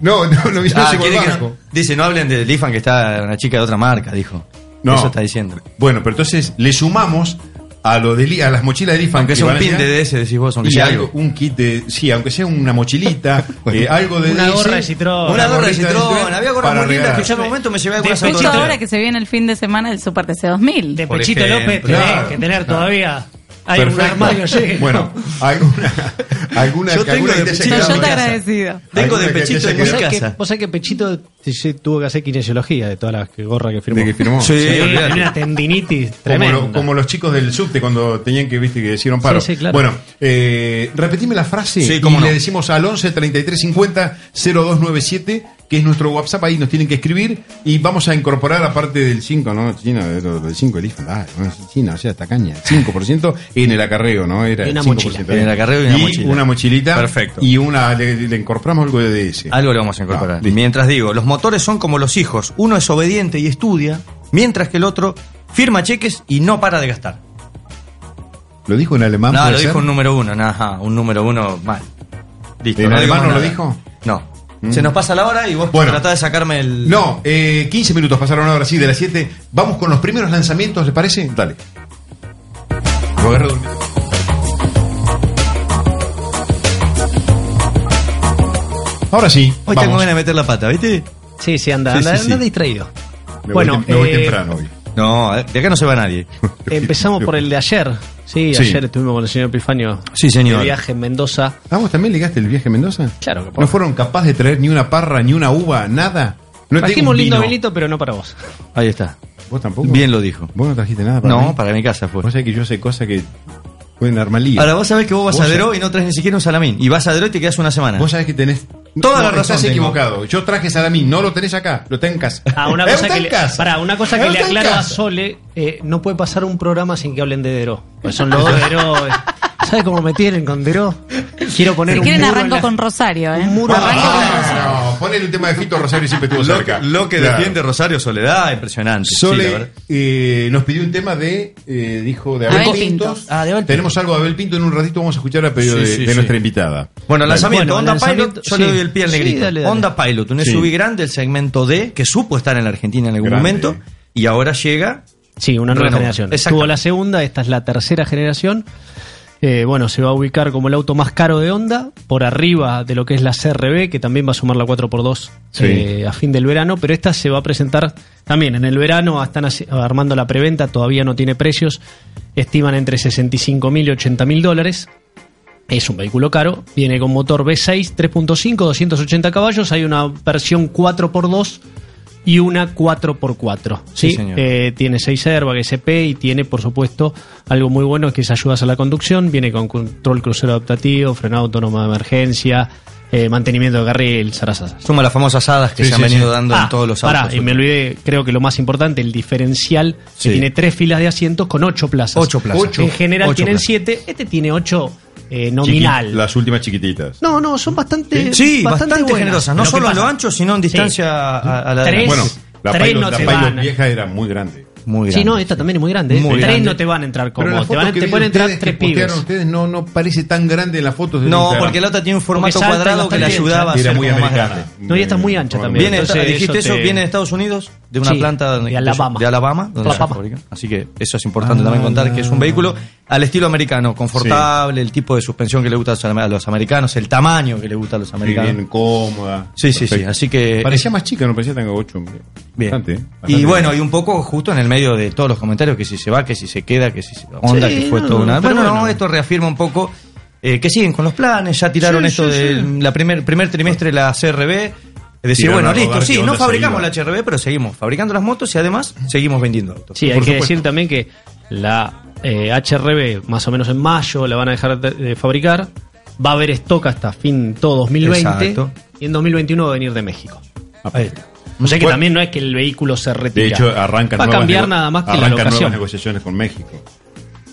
Speaker 3: No, no, no, no
Speaker 5: Ah,
Speaker 3: llegó el
Speaker 5: quiere que no-
Speaker 3: barco.
Speaker 5: dice, no hablen de Lifan que está una chica de otra marca, dijo.
Speaker 3: No.
Speaker 5: Eso está diciendo.
Speaker 3: Bueno, pero entonces le sumamos a lo de, li- a las mochilas de IFA.
Speaker 5: Aunque sea un pin de
Speaker 3: de
Speaker 5: DS, decís vos, aunque
Speaker 3: Y
Speaker 5: sea
Speaker 3: algo,
Speaker 5: algo.
Speaker 3: un kit de. Sí, aunque sea una mochilita, eh, algo de.
Speaker 4: Una
Speaker 3: Diesel,
Speaker 4: gorra de Citroën.
Speaker 5: Una gorra de
Speaker 3: gorrita
Speaker 5: Citrón, había gorras
Speaker 3: para
Speaker 5: muy lindas
Speaker 3: regalar.
Speaker 5: que yo en un momento me llevé algunas
Speaker 4: Después
Speaker 6: Justo
Speaker 4: Entonces-
Speaker 6: ahora que se viene el fin de semana del Super TC2000.
Speaker 4: De
Speaker 5: Por
Speaker 4: Pechito
Speaker 5: ejemplo,
Speaker 4: López tenés
Speaker 3: claro,
Speaker 4: que tener
Speaker 3: claro.
Speaker 4: todavía. Hay un
Speaker 3: Perfecto.
Speaker 4: armario lleno.
Speaker 3: Bueno, alguna. alguna
Speaker 5: Yo
Speaker 3: que
Speaker 5: tengo
Speaker 3: alguna que
Speaker 5: de
Speaker 3: te haya
Speaker 5: Pechito
Speaker 3: quedado en
Speaker 6: Toyota
Speaker 5: López.
Speaker 3: casa.
Speaker 6: agradecido.
Speaker 5: Tengo de
Speaker 3: Alguna que te
Speaker 5: pechito
Speaker 3: haya
Speaker 5: en mi
Speaker 4: ¿Vos
Speaker 3: quedado-
Speaker 4: sabés, que,
Speaker 5: casa.
Speaker 4: vos sabés que Pechito se- se tuvo que hacer kinesiología de todas las que- gorras que firmó.
Speaker 3: De que firmó.
Speaker 5: Sí,
Speaker 4: Sí,
Speaker 5: olvidate.
Speaker 4: tenía una tendinitis
Speaker 3: Como,
Speaker 4: tremenda.
Speaker 3: lo- como los chicos del subte cuando tenían que, viste, que hicieron paro.
Speaker 4: Sí, sí, claro.
Speaker 3: Bueno, eh, repetime la frase
Speaker 5: Sí,
Speaker 3: y
Speaker 5: cómo no.
Speaker 3: le decimos al 11 33 50 0297, que es nuestro WhatsApp, ahí nos tienen que escribir y vamos a incorporar aparte del 5, ¿no? China, de lo- del 5, el IFA, ah, no, es China, o sea, esta caña, 5% en el acarreo, ¿no? Era
Speaker 4: Y una
Speaker 3: el
Speaker 4: mochila.
Speaker 5: En el acarreo y una mochila.
Speaker 3: una mochilita.
Speaker 5: Perfecto.
Speaker 3: Y una, le, le incorporamos algo de DS.
Speaker 5: Algo le vamos a incorporar.
Speaker 3: Ah, listo.
Speaker 5: mientras digo, los motores son como los hijos. Uno es obediente y estudia, mientras que el otro firma cheques y no para de gastar.
Speaker 3: ¿Lo dijo en alemán?
Speaker 5: No,
Speaker 3: Ah, puede
Speaker 5: lo dijo
Speaker 3: ser?
Speaker 5: un número uno, no, ajá, un número uno mal. Listo,
Speaker 3: ¿En
Speaker 5: digo
Speaker 3: alemán
Speaker 5: más
Speaker 3: no lo
Speaker 5: nada.
Speaker 3: dijo? Mm.
Speaker 5: No. Se nos pasa la hora y vos
Speaker 3: Bueno.
Speaker 5: tratás de sacarme el.
Speaker 3: No, eh, 15 minutos pasaron ahora sí de las 7. Vamos con los primeros lanzamientos, ¿les parece? Dale. Lo agarro dormido. Ahora sí.
Speaker 5: Hoy tengo
Speaker 3: vamos.
Speaker 5: ganas de meter la pata, ¿viste?
Speaker 4: Sí, sí, anda,
Speaker 3: Sí,
Speaker 4: anda,
Speaker 3: sí, sí.
Speaker 4: anda distraído.
Speaker 3: Me voy tem- me voy
Speaker 4: eh,
Speaker 3: temprano hoy.
Speaker 5: No, eh, de acá no se va nadie.
Speaker 4: empezamos por el de ayer. Sí,
Speaker 3: Sí.
Speaker 4: ayer estuvimos con el señor Epifanio.
Speaker 5: Sí, señor.
Speaker 4: De viaje en Mendoza.
Speaker 3: ¿A vos también ligaste el viaje a Mendoza?
Speaker 4: Claro que puedo.
Speaker 3: ¿No fueron capaces de traer ni una parra, ni una uva, nada? No tengo
Speaker 4: Trajimos un lindo
Speaker 3: vino.
Speaker 4: velito, pero no para vos.
Speaker 5: Ahí está.
Speaker 3: ¿Vos tampoco?
Speaker 5: Bien lo dijo.
Speaker 3: ¿Vos no trajiste nada Uh. para
Speaker 5: No,
Speaker 3: mí?
Speaker 5: para mi casa fue.
Speaker 3: Vos sabés que yo sé cosas que pueden armar lío.
Speaker 5: Ahora vos sabés que vos vas
Speaker 3: Vos
Speaker 5: a Deró y no traes ni siquiera un salamín. Y vas a Deró y te quedas una semana.
Speaker 3: Vos sabés que tenés
Speaker 5: Toda la razón
Speaker 3: Estás
Speaker 5: tengo.
Speaker 3: equivocado. Yo traje salamín, no lo tenés acá, lo tenés en casa.
Speaker 4: Ah, una
Speaker 3: Eh,
Speaker 4: cosa
Speaker 3: está
Speaker 4: que
Speaker 3: en
Speaker 4: le,
Speaker 3: casa.
Speaker 4: pará, una cosa
Speaker 3: Eh,
Speaker 4: que le
Speaker 3: está en
Speaker 4: aclaro a
Speaker 3: casa.
Speaker 4: Sole, eh, no puede pasar un programa sin que hablen de Deró. Pues son los dos Deró. eh. ¿Sabes cómo me tienen con Deró? Quiero poner
Speaker 6: Si
Speaker 4: un
Speaker 6: quieren
Speaker 4: muro en
Speaker 6: arranco
Speaker 4: la-
Speaker 6: con Rosario, ¿eh?
Speaker 4: un muro
Speaker 3: Ah,
Speaker 4: arranco con Rosario.
Speaker 3: no, ponele un tema de Fito Rosario siempre estuvo
Speaker 5: lo,
Speaker 3: cerca.
Speaker 5: lo que
Speaker 3: Claro.
Speaker 5: defiende Rosario Soledad, impresionante. Sí, la
Speaker 3: Sole
Speaker 5: verdad.
Speaker 3: eh, nos pidió un tema de, eh, dijo, de Abel,
Speaker 6: Abel
Speaker 3: Pintos.
Speaker 6: Pintos.
Speaker 5: Ah, de Abel
Speaker 3: Tenemos algo de Abel Pinto, en un ratito vamos a escuchar a pedido
Speaker 5: Sí,
Speaker 3: de,
Speaker 5: sí,
Speaker 3: de
Speaker 5: sí.
Speaker 3: nuestra invitada.
Speaker 5: Bueno, lanzamiento,
Speaker 4: Bueno,
Speaker 5: Onda
Speaker 4: lanzamiento,
Speaker 5: Pilot, yo
Speaker 4: sí.
Speaker 5: le doy el pie al
Speaker 4: Sí,
Speaker 5: negrito.
Speaker 4: dale, dale.
Speaker 5: Onda Pilot, un
Speaker 3: Sí.
Speaker 5: SUV grande del segmento D, que supo estar en la Argentina en algún
Speaker 3: Grande.
Speaker 5: momento, y ahora llega.
Speaker 4: Sí, una nueva
Speaker 5: Renovó.
Speaker 4: generación.
Speaker 5: Exacto.
Speaker 4: Estuvo la segunda, esta es la tercera generación. Eh, bueno, se va a ubicar como el auto más caro de Honda, por arriba de lo que es la CRB, que también va a sumar la 4x2
Speaker 3: Sí.
Speaker 4: eh, a fin del verano, pero esta se va a presentar también en el verano, ah, están haci- armando la preventa, todavía no tiene precios, estiman entre 65 mil y 80 mil dólares. Es un vehículo caro, viene con motor V6 3.5, 280 caballos, hay una versión 4x2 y una 4x4. Sí,
Speaker 5: Sí, señor.
Speaker 4: Eh, tiene 6 airbags SP y tiene, por supuesto, algo muy bueno que es ayudas a la conducción, viene con control crucero adaptativo, frenado autónomo de emergencia, eh, mantenimiento de carril, zarazaza.
Speaker 5: Suma las famosas hadas que
Speaker 3: Sí,
Speaker 5: se
Speaker 3: sí,
Speaker 5: han venido
Speaker 3: sí.
Speaker 5: dando
Speaker 4: Ah,
Speaker 5: en todos los
Speaker 4: pará,
Speaker 5: autos.
Speaker 4: y me olvidé, creo que lo más importante, el diferencial,
Speaker 5: Sí.
Speaker 4: que tiene tres filas de asientos con ocho plazas.
Speaker 5: Ocho plazas.
Speaker 4: En general
Speaker 5: Ocho
Speaker 4: tienen
Speaker 5: plazas.
Speaker 4: siete, este tiene ocho eh,
Speaker 3: Chiqui-
Speaker 4: nominal.
Speaker 3: Las últimas chiquititas.
Speaker 4: No, no, son bastante.
Speaker 5: Sí, bastante,
Speaker 4: buenas.
Speaker 5: generosas. No
Speaker 4: Lo que
Speaker 5: solo a lo
Speaker 4: pasa-
Speaker 5: ancho, sino en distancia a, a la
Speaker 4: Tres.
Speaker 3: Bueno, la
Speaker 4: Tres
Speaker 3: Pilot,
Speaker 4: no
Speaker 3: la
Speaker 4: te
Speaker 3: Pilot
Speaker 4: van.
Speaker 3: vieja era muy grande.
Speaker 5: Muy
Speaker 4: Sí,
Speaker 5: grande.
Speaker 4: no, esta también es muy grande. ¿eh?
Speaker 5: Muy
Speaker 4: tres
Speaker 5: grande.
Speaker 4: no te van a entrar
Speaker 3: Pero
Speaker 4: como.
Speaker 3: las
Speaker 4: Te, van,
Speaker 3: fotos que
Speaker 4: te
Speaker 3: vi
Speaker 4: pueden
Speaker 3: de ustedes
Speaker 4: entrar tres
Speaker 3: que postearon
Speaker 4: pibes.
Speaker 3: ustedes no, no parece tan grande en las fotos de
Speaker 5: No,
Speaker 3: Instagram.
Speaker 5: porque la otra tiene un formato
Speaker 4: salta y
Speaker 5: cuadrado que
Speaker 4: bastante
Speaker 5: le ayudaba a
Speaker 4: ancha.
Speaker 3: era
Speaker 5: ser
Speaker 3: muy
Speaker 5: como más
Speaker 3: americana.
Speaker 5: grande.
Speaker 4: No, y esta es muy ancha también.
Speaker 5: Viene,
Speaker 4: Entonces,
Speaker 5: dijiste
Speaker 4: eso
Speaker 5: eso,
Speaker 4: te-
Speaker 5: viene de Estados Unidos, de una
Speaker 4: Sí,
Speaker 5: planta
Speaker 4: de Alabama. Ah.
Speaker 5: de Alabama, donde se
Speaker 4: Alabama.
Speaker 5: fabrica. Así que eso es importante también contar que es un vehículo al estilo americano, confortable, el tipo de suspensión que le gusta a los- a los americanos, el tamaño que le gusta a los
Speaker 3: Muy
Speaker 5: americanos.
Speaker 3: bien cómoda.
Speaker 5: Sí, sí, sí,
Speaker 3: Perfecto.
Speaker 5: así que-
Speaker 3: Parecía más chica, no parecía tan gabocho. Bien.
Speaker 5: Bien.
Speaker 3: Bastante, ¿eh?
Speaker 5: y
Speaker 3: Bastante.
Speaker 5: bueno, y un poco justo en el medio de todos los comentarios, que si se va, que si se queda, que si se onda,
Speaker 4: Sí,
Speaker 5: que fue
Speaker 4: no,
Speaker 5: todo una...
Speaker 4: pero
Speaker 5: Bueno, no,
Speaker 4: bueno.
Speaker 5: esto reafirma un poco eh, que siguen con los planes, ya tiraron
Speaker 4: Sí,
Speaker 5: esto
Speaker 4: sí,
Speaker 5: del
Speaker 4: sí.
Speaker 5: la primer, primer trimestre la CRB, es decir,
Speaker 3: Tiraron
Speaker 5: bueno,
Speaker 3: a
Speaker 5: listo,
Speaker 3: rodar
Speaker 5: sí,
Speaker 3: que
Speaker 5: no
Speaker 3: Honda se
Speaker 5: fabricamos
Speaker 3: iba.
Speaker 5: la HRB, pero seguimos fabricando las motos y además seguimos vendiendo autos.
Speaker 4: Sí, hay
Speaker 5: Por
Speaker 4: que
Speaker 5: supuesto.
Speaker 4: decir también que la eh, HRB, más o menos en mayo, la van a dejar de, de fabricar. Va a haber stock hasta fin todo 2020.
Speaker 5: Exacto.
Speaker 4: Y en 2021 va a venir de México.
Speaker 3: Ah,
Speaker 5: Ahí está.
Speaker 4: O sea que
Speaker 3: Bueno.
Speaker 4: también no es que el vehículo se retira.
Speaker 3: De hecho, arrancan
Speaker 4: Va a
Speaker 3: nuevas
Speaker 4: cambiar
Speaker 3: nego-
Speaker 4: nada más que la
Speaker 3: arrancan nuevas
Speaker 4: locación.
Speaker 3: negociaciones con México.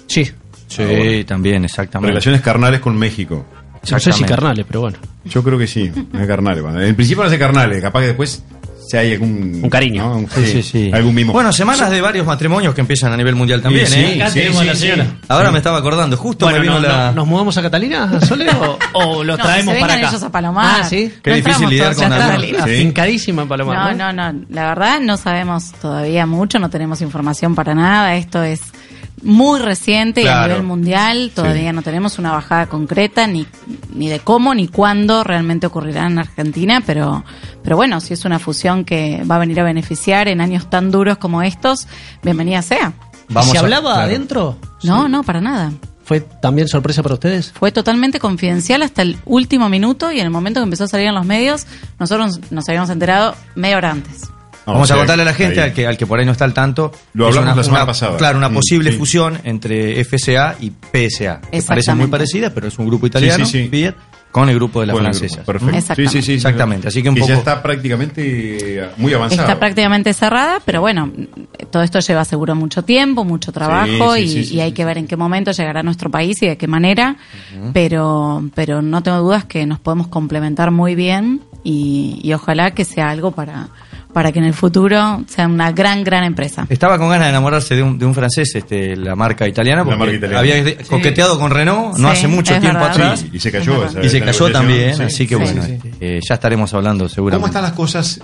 Speaker 4: Sí.
Speaker 5: Sí, también, exactamente.
Speaker 3: Relaciones carnales con México.
Speaker 4: No sé si
Speaker 5: Exactamente.
Speaker 4: carnales, pero bueno.
Speaker 3: Yo creo que sí, no es carnales. bueno. En principio no es carnales, capaz que después se hay algún...
Speaker 4: Un cariño.
Speaker 3: ¿no?
Speaker 5: Sí, sí, sí.
Speaker 3: Algún mimo.
Speaker 5: Bueno, semanas de varios matrimonios que empiezan a nivel mundial también,
Speaker 3: Sí,
Speaker 5: ¿eh?
Speaker 4: Acá tenemos a la señora.
Speaker 5: Ahora me estaba acordando, justo
Speaker 4: Bueno,
Speaker 5: me vino
Speaker 4: no,
Speaker 5: la...
Speaker 4: no, ¿Nos mudamos a Catalina, Sole? ¿O, o los
Speaker 6: No,
Speaker 4: traemos
Speaker 6: que se
Speaker 4: para
Speaker 6: vengan
Speaker 4: acá?
Speaker 6: ellos a Palomar.
Speaker 4: Ah, sí.
Speaker 5: Qué
Speaker 6: No
Speaker 5: difícil
Speaker 6: entramos
Speaker 5: lidiar
Speaker 6: todos
Speaker 5: con
Speaker 6: a
Speaker 5: algunos.
Speaker 6: Catalina.
Speaker 3: Sí.
Speaker 4: Afincadísima en Palomar.
Speaker 6: No, no, no. La verdad no sabemos todavía mucho, no tenemos información para nada. Esto es muy reciente y a
Speaker 3: Claro.
Speaker 6: nivel mundial. Todavía no tenemos una bajada concreta ni, ni de cómo ni cuándo realmente ocurrirá en Argentina, pero, pero bueno, si es una fusión que va a venir a beneficiar en años tan duros como estos, bienvenida sea.
Speaker 4: ¿Y
Speaker 5: Vamos
Speaker 4: ¿Se
Speaker 5: a-
Speaker 4: hablaba
Speaker 5: claro.
Speaker 4: adentro?
Speaker 6: No, no, para nada.
Speaker 4: ¿Fue también sorpresa para ustedes?
Speaker 6: Fue totalmente confidencial hasta el último minuto y en el momento que empezó a salir en los medios, nosotros nos habíamos enterado media hora antes.
Speaker 3: No,
Speaker 5: Vamos
Speaker 3: o sea,
Speaker 5: a contarle a la gente,
Speaker 3: Ah, ahí.
Speaker 5: al que, al que por ahí no está al tanto.
Speaker 3: Lo
Speaker 5: es
Speaker 3: hablamos
Speaker 5: una-
Speaker 3: la semana
Speaker 5: una-
Speaker 3: pasada.
Speaker 5: Claro, una
Speaker 3: Mm,
Speaker 5: posible
Speaker 3: sí.
Speaker 5: fusión entre FCA y PSA. Que parecen muy
Speaker 6: Exactamente.
Speaker 5: parecidas, pero es un grupo italiano,
Speaker 3: sí, sí.
Speaker 5: Fiat, con el grupo de las
Speaker 3: Con el
Speaker 5: francesas.
Speaker 3: grupo, Perfecto.
Speaker 6: Exactamente.
Speaker 5: Exactamente, así que un
Speaker 3: Que ya
Speaker 5: poco-
Speaker 3: está prácticamente eh, muy avanzado.
Speaker 6: Está prácticamente cerrada, pero bueno, todo esto lleva seguro mucho tiempo, mucho trabajo
Speaker 3: Sí, sí,
Speaker 6: y,
Speaker 3: sí, sí,
Speaker 6: y hay
Speaker 3: sí,
Speaker 6: que ver en qué momento llegará a nuestro país y de qué manera, pero, pero no tengo dudas que nos podemos complementar muy bien y, y ojalá que sea algo para, para que en el futuro sea una gran, gran empresa.
Speaker 5: Estaba con ganas de enamorarse de un, de un francés, este, la marca italiana,
Speaker 3: La
Speaker 5: porque
Speaker 3: marca italiana.
Speaker 5: había de- coqueteado con Renault no
Speaker 6: Sí,
Speaker 5: hace mucho
Speaker 6: es
Speaker 5: tiempo
Speaker 6: verdad.
Speaker 5: atrás.
Speaker 3: Sí, y se cayó.
Speaker 6: Es
Speaker 3: esa-
Speaker 5: Y se
Speaker 3: esa
Speaker 5: cayó
Speaker 3: negociación,
Speaker 5: también,
Speaker 3: sí.
Speaker 5: así que
Speaker 6: Sí,
Speaker 5: bueno,
Speaker 6: sí.
Speaker 5: este, eh, ya estaremos hablando
Speaker 3: ¿Cómo
Speaker 5: seguramente.
Speaker 3: están las cosas?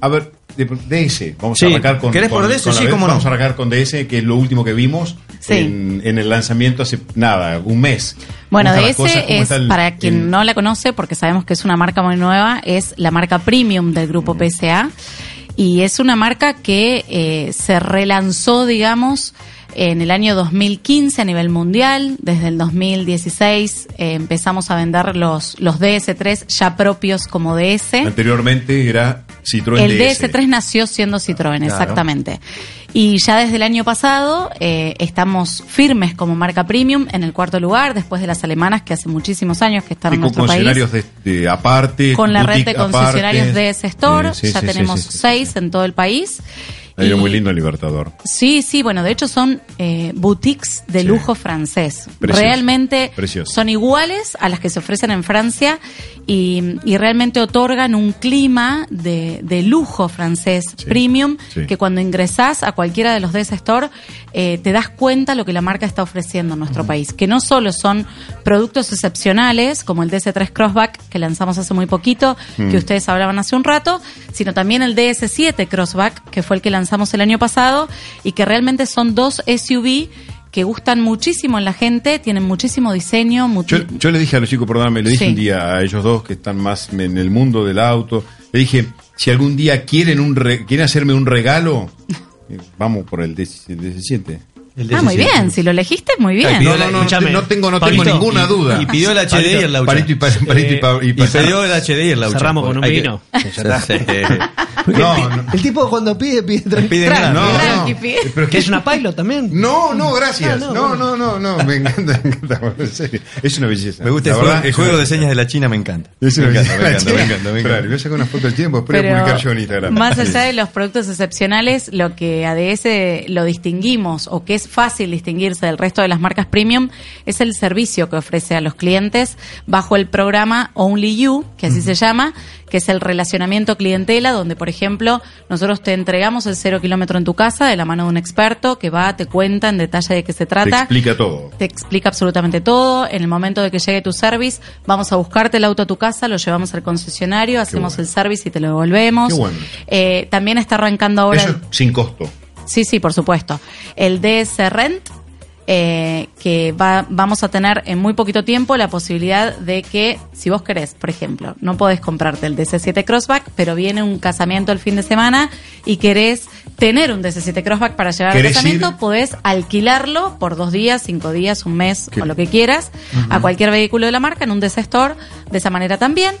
Speaker 3: A ver, de- DS, vamos
Speaker 5: Sí,
Speaker 3: a arrancar con.
Speaker 5: ¿querés por
Speaker 3: con-
Speaker 5: DS?
Speaker 3: con la
Speaker 5: Sí,
Speaker 3: vez-
Speaker 5: cómo no.
Speaker 3: Vamos a arrancar con DS, que es lo último que vimos
Speaker 6: Sí.
Speaker 3: en, en el lanzamiento hace nada, un mes.
Speaker 6: Bueno,
Speaker 3: ¿Cómo
Speaker 6: de
Speaker 3: están las cosas? ¿Cómo
Speaker 6: ese es,
Speaker 3: está el-
Speaker 6: para quien
Speaker 3: el-
Speaker 6: no la conoce, porque sabemos que es una marca muy nueva, es la marca premium del grupo
Speaker 3: Mm.
Speaker 6: PSA. Y es una marca que eh, se relanzó, digamos, en el año 2015 a nivel mundial. Desde el 2016 eh, empezamos a vender los, los DS3 ya propios como DS.
Speaker 3: Anteriormente era Citroën Ah,
Speaker 6: El
Speaker 3: DS.
Speaker 6: DS3 nació siendo Citroën,
Speaker 5: Claro.
Speaker 6: exactamente. Y ya desde el año pasado eh, estamos firmes como marca premium en el cuarto lugar, después de las alemanas que hace muchísimos años que están
Speaker 3: Sí,
Speaker 6: en
Speaker 3: con
Speaker 6: nuestro país.
Speaker 3: concesionarios de, de aparte.
Speaker 6: Con la red de
Speaker 3: boutique aparte.
Speaker 6: concesionarios de DS Store,
Speaker 3: Sí, sí,
Speaker 6: ya
Speaker 3: sí, sí,
Speaker 6: tenemos
Speaker 3: sí, sí.
Speaker 6: seis en todo el país.
Speaker 3: Ahí era
Speaker 6: Y-
Speaker 3: muy lindo el Libertador.
Speaker 6: Sí, sí, bueno, de hecho son eh, boutiques de
Speaker 3: Sí.
Speaker 6: lujo francés.
Speaker 3: Precioso,
Speaker 6: realmente
Speaker 3: precioso.
Speaker 6: son iguales a las que se ofrecen en Francia y, y realmente otorgan un clima de, de lujo francés
Speaker 3: Sí,
Speaker 6: premium
Speaker 3: sí.
Speaker 6: que cuando ingresás a cualquiera de los de ese store eh, te das cuenta lo que la marca está ofreciendo en nuestro país. Que no solo son productos excepcionales como el DS3 Crossback que lanzamos hace muy poquito, que ustedes hablaban hace un rato, sino también el DS7 Crossback que fue el que lanzamos el año pasado y que realmente son dos SUV que gustan muchísimo en la gente, tienen muchísimo diseño,
Speaker 3: Yo,
Speaker 6: muchi-
Speaker 3: yo le dije a los chicos, perdóname, le dije
Speaker 6: Sí.
Speaker 3: un día a ellos dos que están más en el mundo del auto, le dije, si algún día quieren un re- quieren hacerme un regalo, eh, vamos por el 10 el 17. El
Speaker 6: Ah, muy
Speaker 3: 17.
Speaker 6: bien, si lo elegiste, muy bien.
Speaker 3: No, no, no,
Speaker 4: Escuchame,
Speaker 3: no tengo, no tengo
Speaker 4: Pablito,
Speaker 3: ninguna
Speaker 4: y-
Speaker 3: duda.
Speaker 5: Y pidió el HDI el Laucha.
Speaker 3: Palito y pa- palito y pa- y
Speaker 5: Y
Speaker 3: pa-
Speaker 5: pidió el HDI el Laucha.
Speaker 4: Cerramos con un
Speaker 5: Hay que-
Speaker 4: vino.
Speaker 3: No, no.
Speaker 7: El tipo cuando pide, pide
Speaker 5: Piden
Speaker 7: tranquilo.
Speaker 5: nada.
Speaker 3: No,
Speaker 6: Tranqui,
Speaker 3: no.
Speaker 6: pi.
Speaker 3: Pero
Speaker 4: Que es una pilot también.
Speaker 3: No, no, gracias. No, no, no, no. Me encanta, me encanta. bueno, en serio. Es una belleza.
Speaker 5: Me gusta
Speaker 3: La
Speaker 5: el juego,
Speaker 3: verdad,
Speaker 5: el juego de señas de la China, me encanta.
Speaker 3: Es
Speaker 5: me
Speaker 3: una
Speaker 5: encanta,
Speaker 3: belleza.
Speaker 5: me encanta, me encanta, me
Speaker 3: Espera, le
Speaker 5: encanta.
Speaker 3: voy a sacar una foto al tiempo, después voy a
Speaker 6: Pero
Speaker 3: publicar yo en Instagram.
Speaker 6: Más allá de los productos excepcionales, lo que ADS lo distinguimos o que es fácil distinguirse del resto de las marcas premium es el servicio que ofrece a los clientes bajo el programa Only You, que así se llama, que es el relacionamiento clientela, donde, por ejemplo, nosotros te entregamos el cero kilómetro en tu casa de la mano de un experto que va, te cuenta en detalle de qué se
Speaker 3: Te
Speaker 6: trata
Speaker 3: explica todo.
Speaker 6: te explica absolutamente todo. En el momento de que llegue tu service, vamos a buscarte el auto a tu casa, lo llevamos al concesionario, hacemos
Speaker 3: bueno.
Speaker 6: el service y te lo devolvemos.
Speaker 3: Qué bueno.
Speaker 6: Eh, también está arrancando ahora.
Speaker 3: Eso es sin costo.
Speaker 6: Sí, sí, por supuesto. El DS Rent, eh, que va, vamos a tener en muy poquito tiempo la posibilidad de que, si vos querés, por ejemplo, no podés comprarte el DS7 Crossback, pero viene un casamiento el fin de semana y querés tener un DS7 Crossback para llevar al
Speaker 3: ¿Querés
Speaker 6: casamiento,
Speaker 3: ir?
Speaker 6: podés alquilarlo por dos días, cinco días, un mes o lo que quieras a cualquier vehículo de la marca en un DS Store, de esa manera también.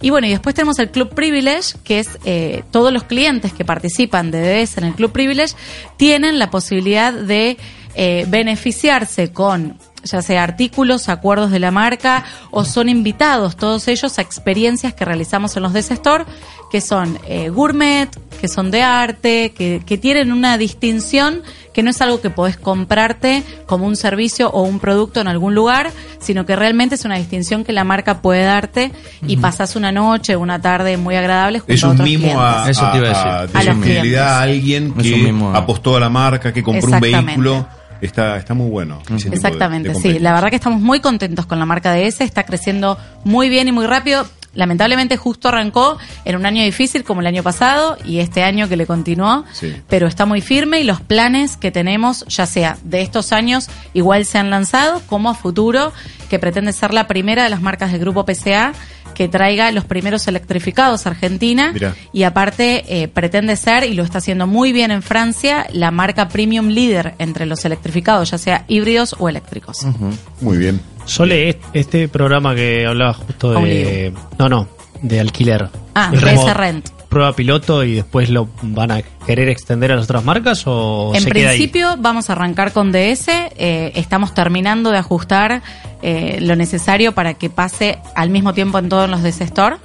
Speaker 6: Y bueno, y después tenemos el Club Privilege, que es eh, todos los clientes que participan de DDS en el Club Privilege tienen la posibilidad de eh, beneficiarse con ya sea artículos, acuerdos de la marca o son invitados todos ellos a experiencias que realizamos en los DS Store, que son eh, gourmet, que son de arte, que, que tienen una distinción que no es algo que podés comprarte como un servicio o un producto en algún lugar, sino que realmente es una distinción que la marca puede darte y pasás una noche, una tarde muy agradable junto
Speaker 3: Es
Speaker 6: a
Speaker 3: un
Speaker 6: otros
Speaker 3: mimo a,
Speaker 6: clientes.
Speaker 5: Eso te iba a decir.
Speaker 3: a- de
Speaker 5: A
Speaker 6: los clientes.
Speaker 3: fidelidad a alguien
Speaker 5: Es un
Speaker 3: que
Speaker 5: mimo a-
Speaker 3: apostó a la marca, que compró un
Speaker 6: Exactamente.
Speaker 3: vehículo. Está, está muy bueno. ese tipo de-
Speaker 6: Exactamente,
Speaker 3: de
Speaker 6: sí.
Speaker 3: convenios.
Speaker 6: La verdad que estamos muy contentos con la marca DS, está creciendo muy bien y muy rápido. Lamentablemente justo arrancó en un año difícil como el año pasado y este año que le continuó,
Speaker 3: Sí.
Speaker 6: pero está muy firme y los planes que tenemos, ya sea de estos años, igual se han lanzado, como a futuro, que pretende ser la primera de las marcas del grupo PCA que traiga los primeros electrificados a Argentina
Speaker 3: Mirá.
Speaker 6: y aparte eh, pretende ser, y lo está haciendo muy bien en Francia, la marca premium líder entre los electrificados, ya sea híbridos o eléctricos.
Speaker 3: Muy bien.
Speaker 4: Sole, est- este programa que hablaba justo de. No, no, de alquiler.
Speaker 6: Ah,
Speaker 4: Es
Speaker 6: de
Speaker 4: como
Speaker 6: ese rent.
Speaker 4: Prueba piloto y después lo van a querer extender a las otras marcas o
Speaker 6: En
Speaker 4: se queda ahí?
Speaker 6: principio vamos a arrancar con DS, eh, estamos terminando de ajustar eh, lo necesario para que pase al mismo tiempo en todos los DS Store,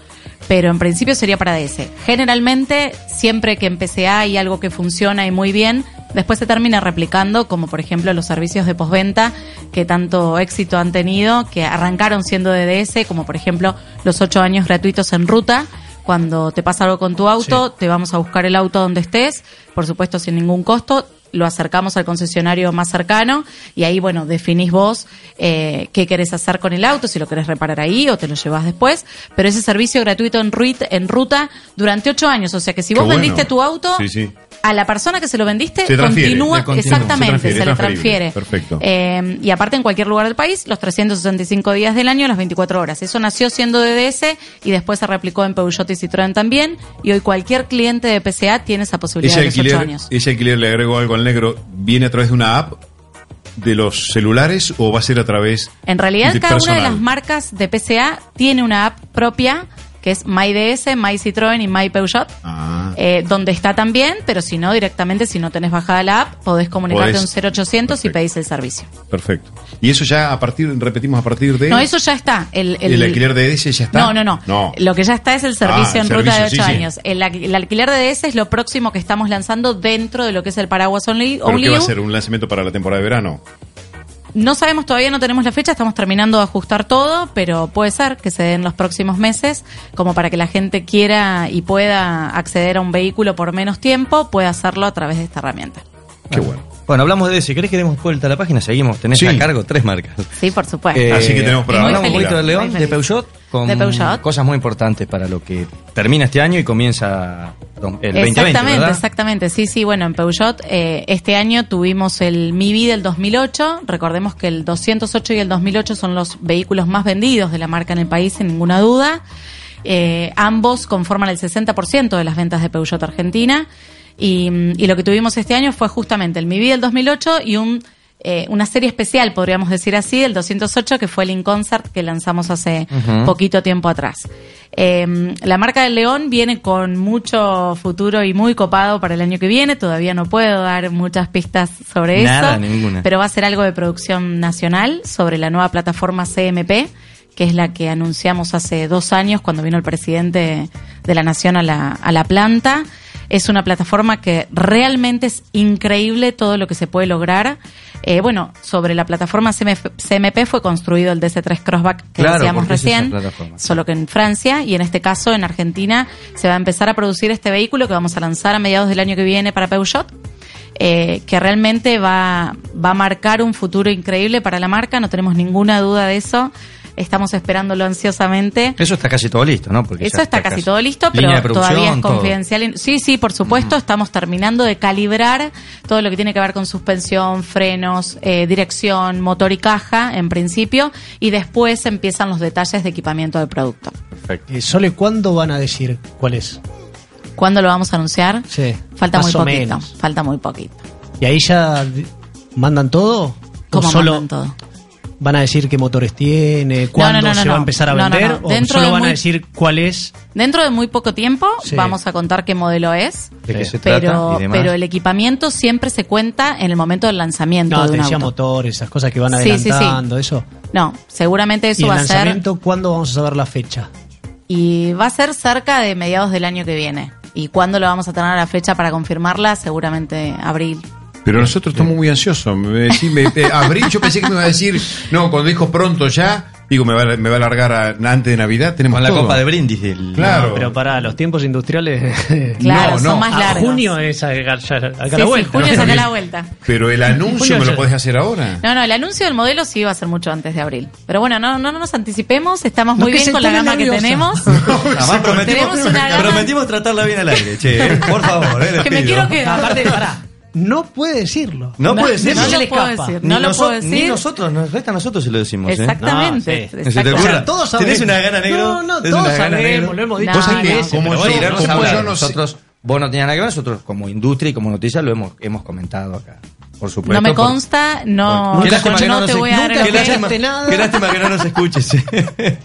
Speaker 6: pero en principio sería para DS. Generalmente, siempre que en PCA hay algo que funciona y muy bien, después se termina replicando, como por ejemplo los servicios de postventa que tanto éxito han tenido, que arrancaron siendo de DS, como por ejemplo los ocho años gratuitos en ruta, cuando te pasa algo con tu auto, te vamos a buscar el auto donde estés, por supuesto sin ningún costo, lo acercamos al concesionario más cercano y ahí, bueno, definís vos eh, qué querés hacer con el auto, si lo querés reparar ahí o te lo llevas después, pero ese servicio gratuito en, ruit- en ruta durante ocho años, o sea que si
Speaker 3: Qué
Speaker 6: vos
Speaker 3: bueno.
Speaker 6: vendiste tu auto...
Speaker 3: Sí, sí.
Speaker 6: A la persona que se lo vendiste
Speaker 3: Se transfiere,
Speaker 6: continúa,
Speaker 3: le continúa,
Speaker 6: exactamente,
Speaker 3: se transfiere,
Speaker 6: se le
Speaker 3: es transferible.
Speaker 6: transfiere.
Speaker 3: Perfecto.
Speaker 6: Eh, y aparte en cualquier lugar del país, los 365 días del año, las 24 horas. Eso nació siendo DDS y después se replicó en Peugeot y Citroën también. Y hoy cualquier cliente de PCA tiene esa posibilidad
Speaker 3: Ese
Speaker 6: de los 8
Speaker 3: alquiler,
Speaker 6: años.
Speaker 3: ese alquiler le agrego algo al negro. ¿Viene a través de una app de los celulares o va a ser a través
Speaker 6: En realidad,
Speaker 3: de
Speaker 6: cada una
Speaker 3: personal?
Speaker 6: de las marcas de PCA tiene una app propia, que es MyDS, MyCitroën y MyPeugeot.
Speaker 3: Ah.
Speaker 6: eh, donde está también, pero si no, directamente, si no tenés bajada la app, podés comunicarte
Speaker 3: Podés.
Speaker 6: a un 0800 y
Speaker 3: Perfecto.
Speaker 6: pedís el servicio.
Speaker 3: Perfecto. Y eso ya a partir, repetimos, a partir de.
Speaker 6: No, eso ya está. El,
Speaker 3: el, alquiler de ese ya está.
Speaker 6: No, no, no, Lo que ya está es el servicio
Speaker 3: Ah,
Speaker 6: en
Speaker 3: el
Speaker 6: ruta de 8
Speaker 3: servicio, sí, sí.
Speaker 6: años. El, alqui- el alquiler de DS es lo próximo que estamos lanzando dentro de lo que es el paraguas Only.
Speaker 3: ¿Pero
Speaker 6: only
Speaker 3: qué va a
Speaker 6: You.
Speaker 3: ser? ¿Un lanzamiento para la temporada de verano?
Speaker 6: No sabemos todavía, no tenemos la fecha, estamos terminando de ajustar todo, pero puede ser que se den los próximos meses, como para que la gente quiera y pueda acceder a un vehículo por menos tiempo, puede hacerlo a través de esta herramienta.
Speaker 3: Qué bueno.
Speaker 5: Bueno, hablamos de
Speaker 8: Si querés que demos vuelta a la página, seguimos. Tenés
Speaker 5: Sí.
Speaker 8: la
Speaker 5: A
Speaker 8: carga.
Speaker 5: cargo tres marcas.
Speaker 6: Sí, por supuesto.
Speaker 5: Eh,
Speaker 3: Así que tenemos para
Speaker 6: muy
Speaker 5: Hablamos un
Speaker 6: feliz,
Speaker 5: poquito de
Speaker 6: muy
Speaker 5: León, de
Speaker 6: feliz.
Speaker 5: Peugeot, con
Speaker 6: De Peugeot.
Speaker 5: cosas muy importantes para lo que termina este año y comienza don- el 2020,
Speaker 6: exactamente,
Speaker 5: ¿verdad?
Speaker 6: exactamente. Sí, sí, bueno, en Peugeot eh, este año tuvimos el Mi Vida del 2008. Recordemos que el 208 y el 2008 son los vehículos más vendidos de la marca en el país, sin ninguna duda. Eh, ambos conforman el 60% de las ventas de Peugeot Argentina. Y, mm, y lo que tuvimos este año fue justamente el Mi Vida del 2008 y un, eh, una serie especial, podríamos decir así, el 208, que fue el In Concert que lanzamos hace poquito tiempo atrás. Eh, la marca del León viene con mucho futuro y muy copado para el año que viene. Todavía no puedo dar muchas pistas sobre
Speaker 5: Nada,
Speaker 6: eso.
Speaker 5: ninguna.
Speaker 6: Pero va a ser algo de producción nacional sobre la nueva plataforma CMP, que es la que anunciamos hace dos años cuando vino el presidente de la Nación a la, a la planta. Es una plataforma que realmente es increíble todo lo que se puede lograr. Eh, bueno, sobre la plataforma CMP fue construido el DC3 Crossback que
Speaker 5: Claro,
Speaker 6: decíamos
Speaker 5: porque es esa
Speaker 6: recién,
Speaker 5: plataforma.
Speaker 6: solo que en Francia y en este caso en Argentina se va a empezar a producir este vehículo que vamos a lanzar a mediados del año que viene para Peugeot eh, que realmente va, va a marcar un futuro increíble para la marca, no tenemos ninguna duda de eso, estamos esperándolo ansiosamente.
Speaker 5: Eso está casi todo listo, ¿no? Porque
Speaker 6: Eso
Speaker 5: ya
Speaker 6: está casi todo listo,
Speaker 5: Línea de
Speaker 6: pero
Speaker 5: producción,
Speaker 6: todavía es
Speaker 5: todo.
Speaker 6: confidencial. Sí, sí, por supuesto, estamos terminando de calibrar todo lo que tiene que ver con suspensión, frenos, eh, dirección, motor y caja, en principio, y después empiezan los detalles de equipamiento del producto.
Speaker 4: Eh, Sole, ¿cuándo van a decir cuál es?
Speaker 6: ¿Cuándo lo vamos a anunciar?
Speaker 4: Sí,
Speaker 6: Falta muy
Speaker 4: más o
Speaker 6: poquito,
Speaker 4: menos.
Speaker 6: falta muy poquito.
Speaker 4: ¿Y ahí ya di- mandan todo? ¿O
Speaker 6: ¿Cómo
Speaker 4: solo
Speaker 6: mandan todo?
Speaker 4: van a decir qué motores tiene, cuándo
Speaker 6: no, no,
Speaker 4: se
Speaker 6: no.
Speaker 4: va a empezar a
Speaker 6: No, no,
Speaker 4: vender?
Speaker 6: no.
Speaker 4: ¿O
Speaker 6: Dentro
Speaker 4: solo
Speaker 6: de
Speaker 4: van a
Speaker 6: muy-
Speaker 4: decir cuál es?
Speaker 6: Dentro de muy poco tiempo
Speaker 4: Sí.
Speaker 6: vamos a contar qué modelo es.
Speaker 5: ¿De qué se trata
Speaker 6: Pero,
Speaker 5: y demás?
Speaker 6: pero el equipamiento siempre se cuenta en el momento del lanzamiento
Speaker 4: No,
Speaker 6: de
Speaker 4: te
Speaker 6: un
Speaker 4: decía
Speaker 6: auto.
Speaker 4: motor, esas cosas que van
Speaker 6: Sí, sí, sí.
Speaker 4: adelantando, eso.
Speaker 6: No, seguramente
Speaker 4: ¿Y
Speaker 6: eso
Speaker 4: el
Speaker 6: va a ser
Speaker 4: lanzamiento cuándo vamos a saber la fecha?
Speaker 6: y va a ser cerca de mediados del año que viene. Y cuándo lo vamos a tener a la fecha para confirmarla, seguramente abril.
Speaker 3: Pero nosotros estamos muy ansiosos. Me decí- me- eh, abril, yo pensé que me iba a decir, no, cuando dijo pronto ya, digo, me va, a- me va a largar a- antes de Navidad, tenemos
Speaker 5: Con la
Speaker 3: todo.
Speaker 5: copa de brindis del...
Speaker 3: Claro.
Speaker 4: No, pero para los tiempos industriales.
Speaker 6: Claro,
Speaker 3: No,
Speaker 6: son
Speaker 3: no.
Speaker 6: más
Speaker 4: a
Speaker 6: largos.
Speaker 4: Ah, junio es acá, ya- acá
Speaker 6: Sí,
Speaker 4: la
Speaker 6: sí,
Speaker 4: vuelta.
Speaker 6: junio es
Speaker 4: ¿no?
Speaker 6: acá la vuelta.
Speaker 3: Pero el anuncio
Speaker 4: Julio,
Speaker 3: me lo
Speaker 4: yo-
Speaker 3: podés hacer ahora.
Speaker 6: No, no, el anuncio del modelo sí va a ser mucho antes de abril. Pero bueno, no, no, no nos anticipemos, estamos muy
Speaker 4: que
Speaker 6: bien
Speaker 4: se
Speaker 6: con la
Speaker 4: pone
Speaker 6: gama que
Speaker 4: nerviosa.
Speaker 6: tenemos.
Speaker 5: Además prometimos,
Speaker 6: Tenemos una gama-
Speaker 5: prometimos tratarla bien al aire, che. Por favor, eh, les
Speaker 6: que me
Speaker 5: pido.
Speaker 6: quiero quedar.
Speaker 4: Aparte, pará, no puede decirlo.
Speaker 5: No puede decirlo.
Speaker 4: se
Speaker 6: No
Speaker 4: le
Speaker 6: lo puedo
Speaker 4: escapa.
Speaker 6: decir.
Speaker 5: Ni
Speaker 6: No lo puedo
Speaker 5: noso-
Speaker 6: decir.
Speaker 5: Ni nosotros, nos resta a nosotros se lo decimos, eh.
Speaker 4: No,
Speaker 6: Exactamente.
Speaker 5: sí. Se te
Speaker 6: exactamente.
Speaker 4: O sea,
Speaker 5: ocurra.
Speaker 4: todos sabemos.
Speaker 5: ¿Tenés una gana, negro?
Speaker 4: No, no,
Speaker 5: ¿Tenés
Speaker 4: todos
Speaker 5: una gana,
Speaker 4: sabemos,
Speaker 5: negro?
Speaker 4: lo hemos dicho.
Speaker 6: Vos sabés
Speaker 4: mil
Speaker 6: que,
Speaker 4: veces,
Speaker 3: como
Speaker 4: pero
Speaker 3: yo,
Speaker 4: bueno,
Speaker 3: dirá,
Speaker 4: no
Speaker 3: como
Speaker 4: se puede.
Speaker 3: yo no sé.
Speaker 5: nosotros, vos no tenías nada que ver, nosotros como industria y como noticia lo hemos, hemos comentado acá. Por
Speaker 3: Pues
Speaker 5: supuesto.
Speaker 6: No me
Speaker 5: por-
Speaker 6: consta, no,
Speaker 5: Qué lástima que
Speaker 6: no
Speaker 5: nos
Speaker 6: te
Speaker 5: escu-
Speaker 6: voy a dar
Speaker 5: Nunca
Speaker 6: el
Speaker 5: qué
Speaker 6: ok.
Speaker 5: lástima-
Speaker 4: nada.
Speaker 5: Qué lástima que no nos escuches. eh.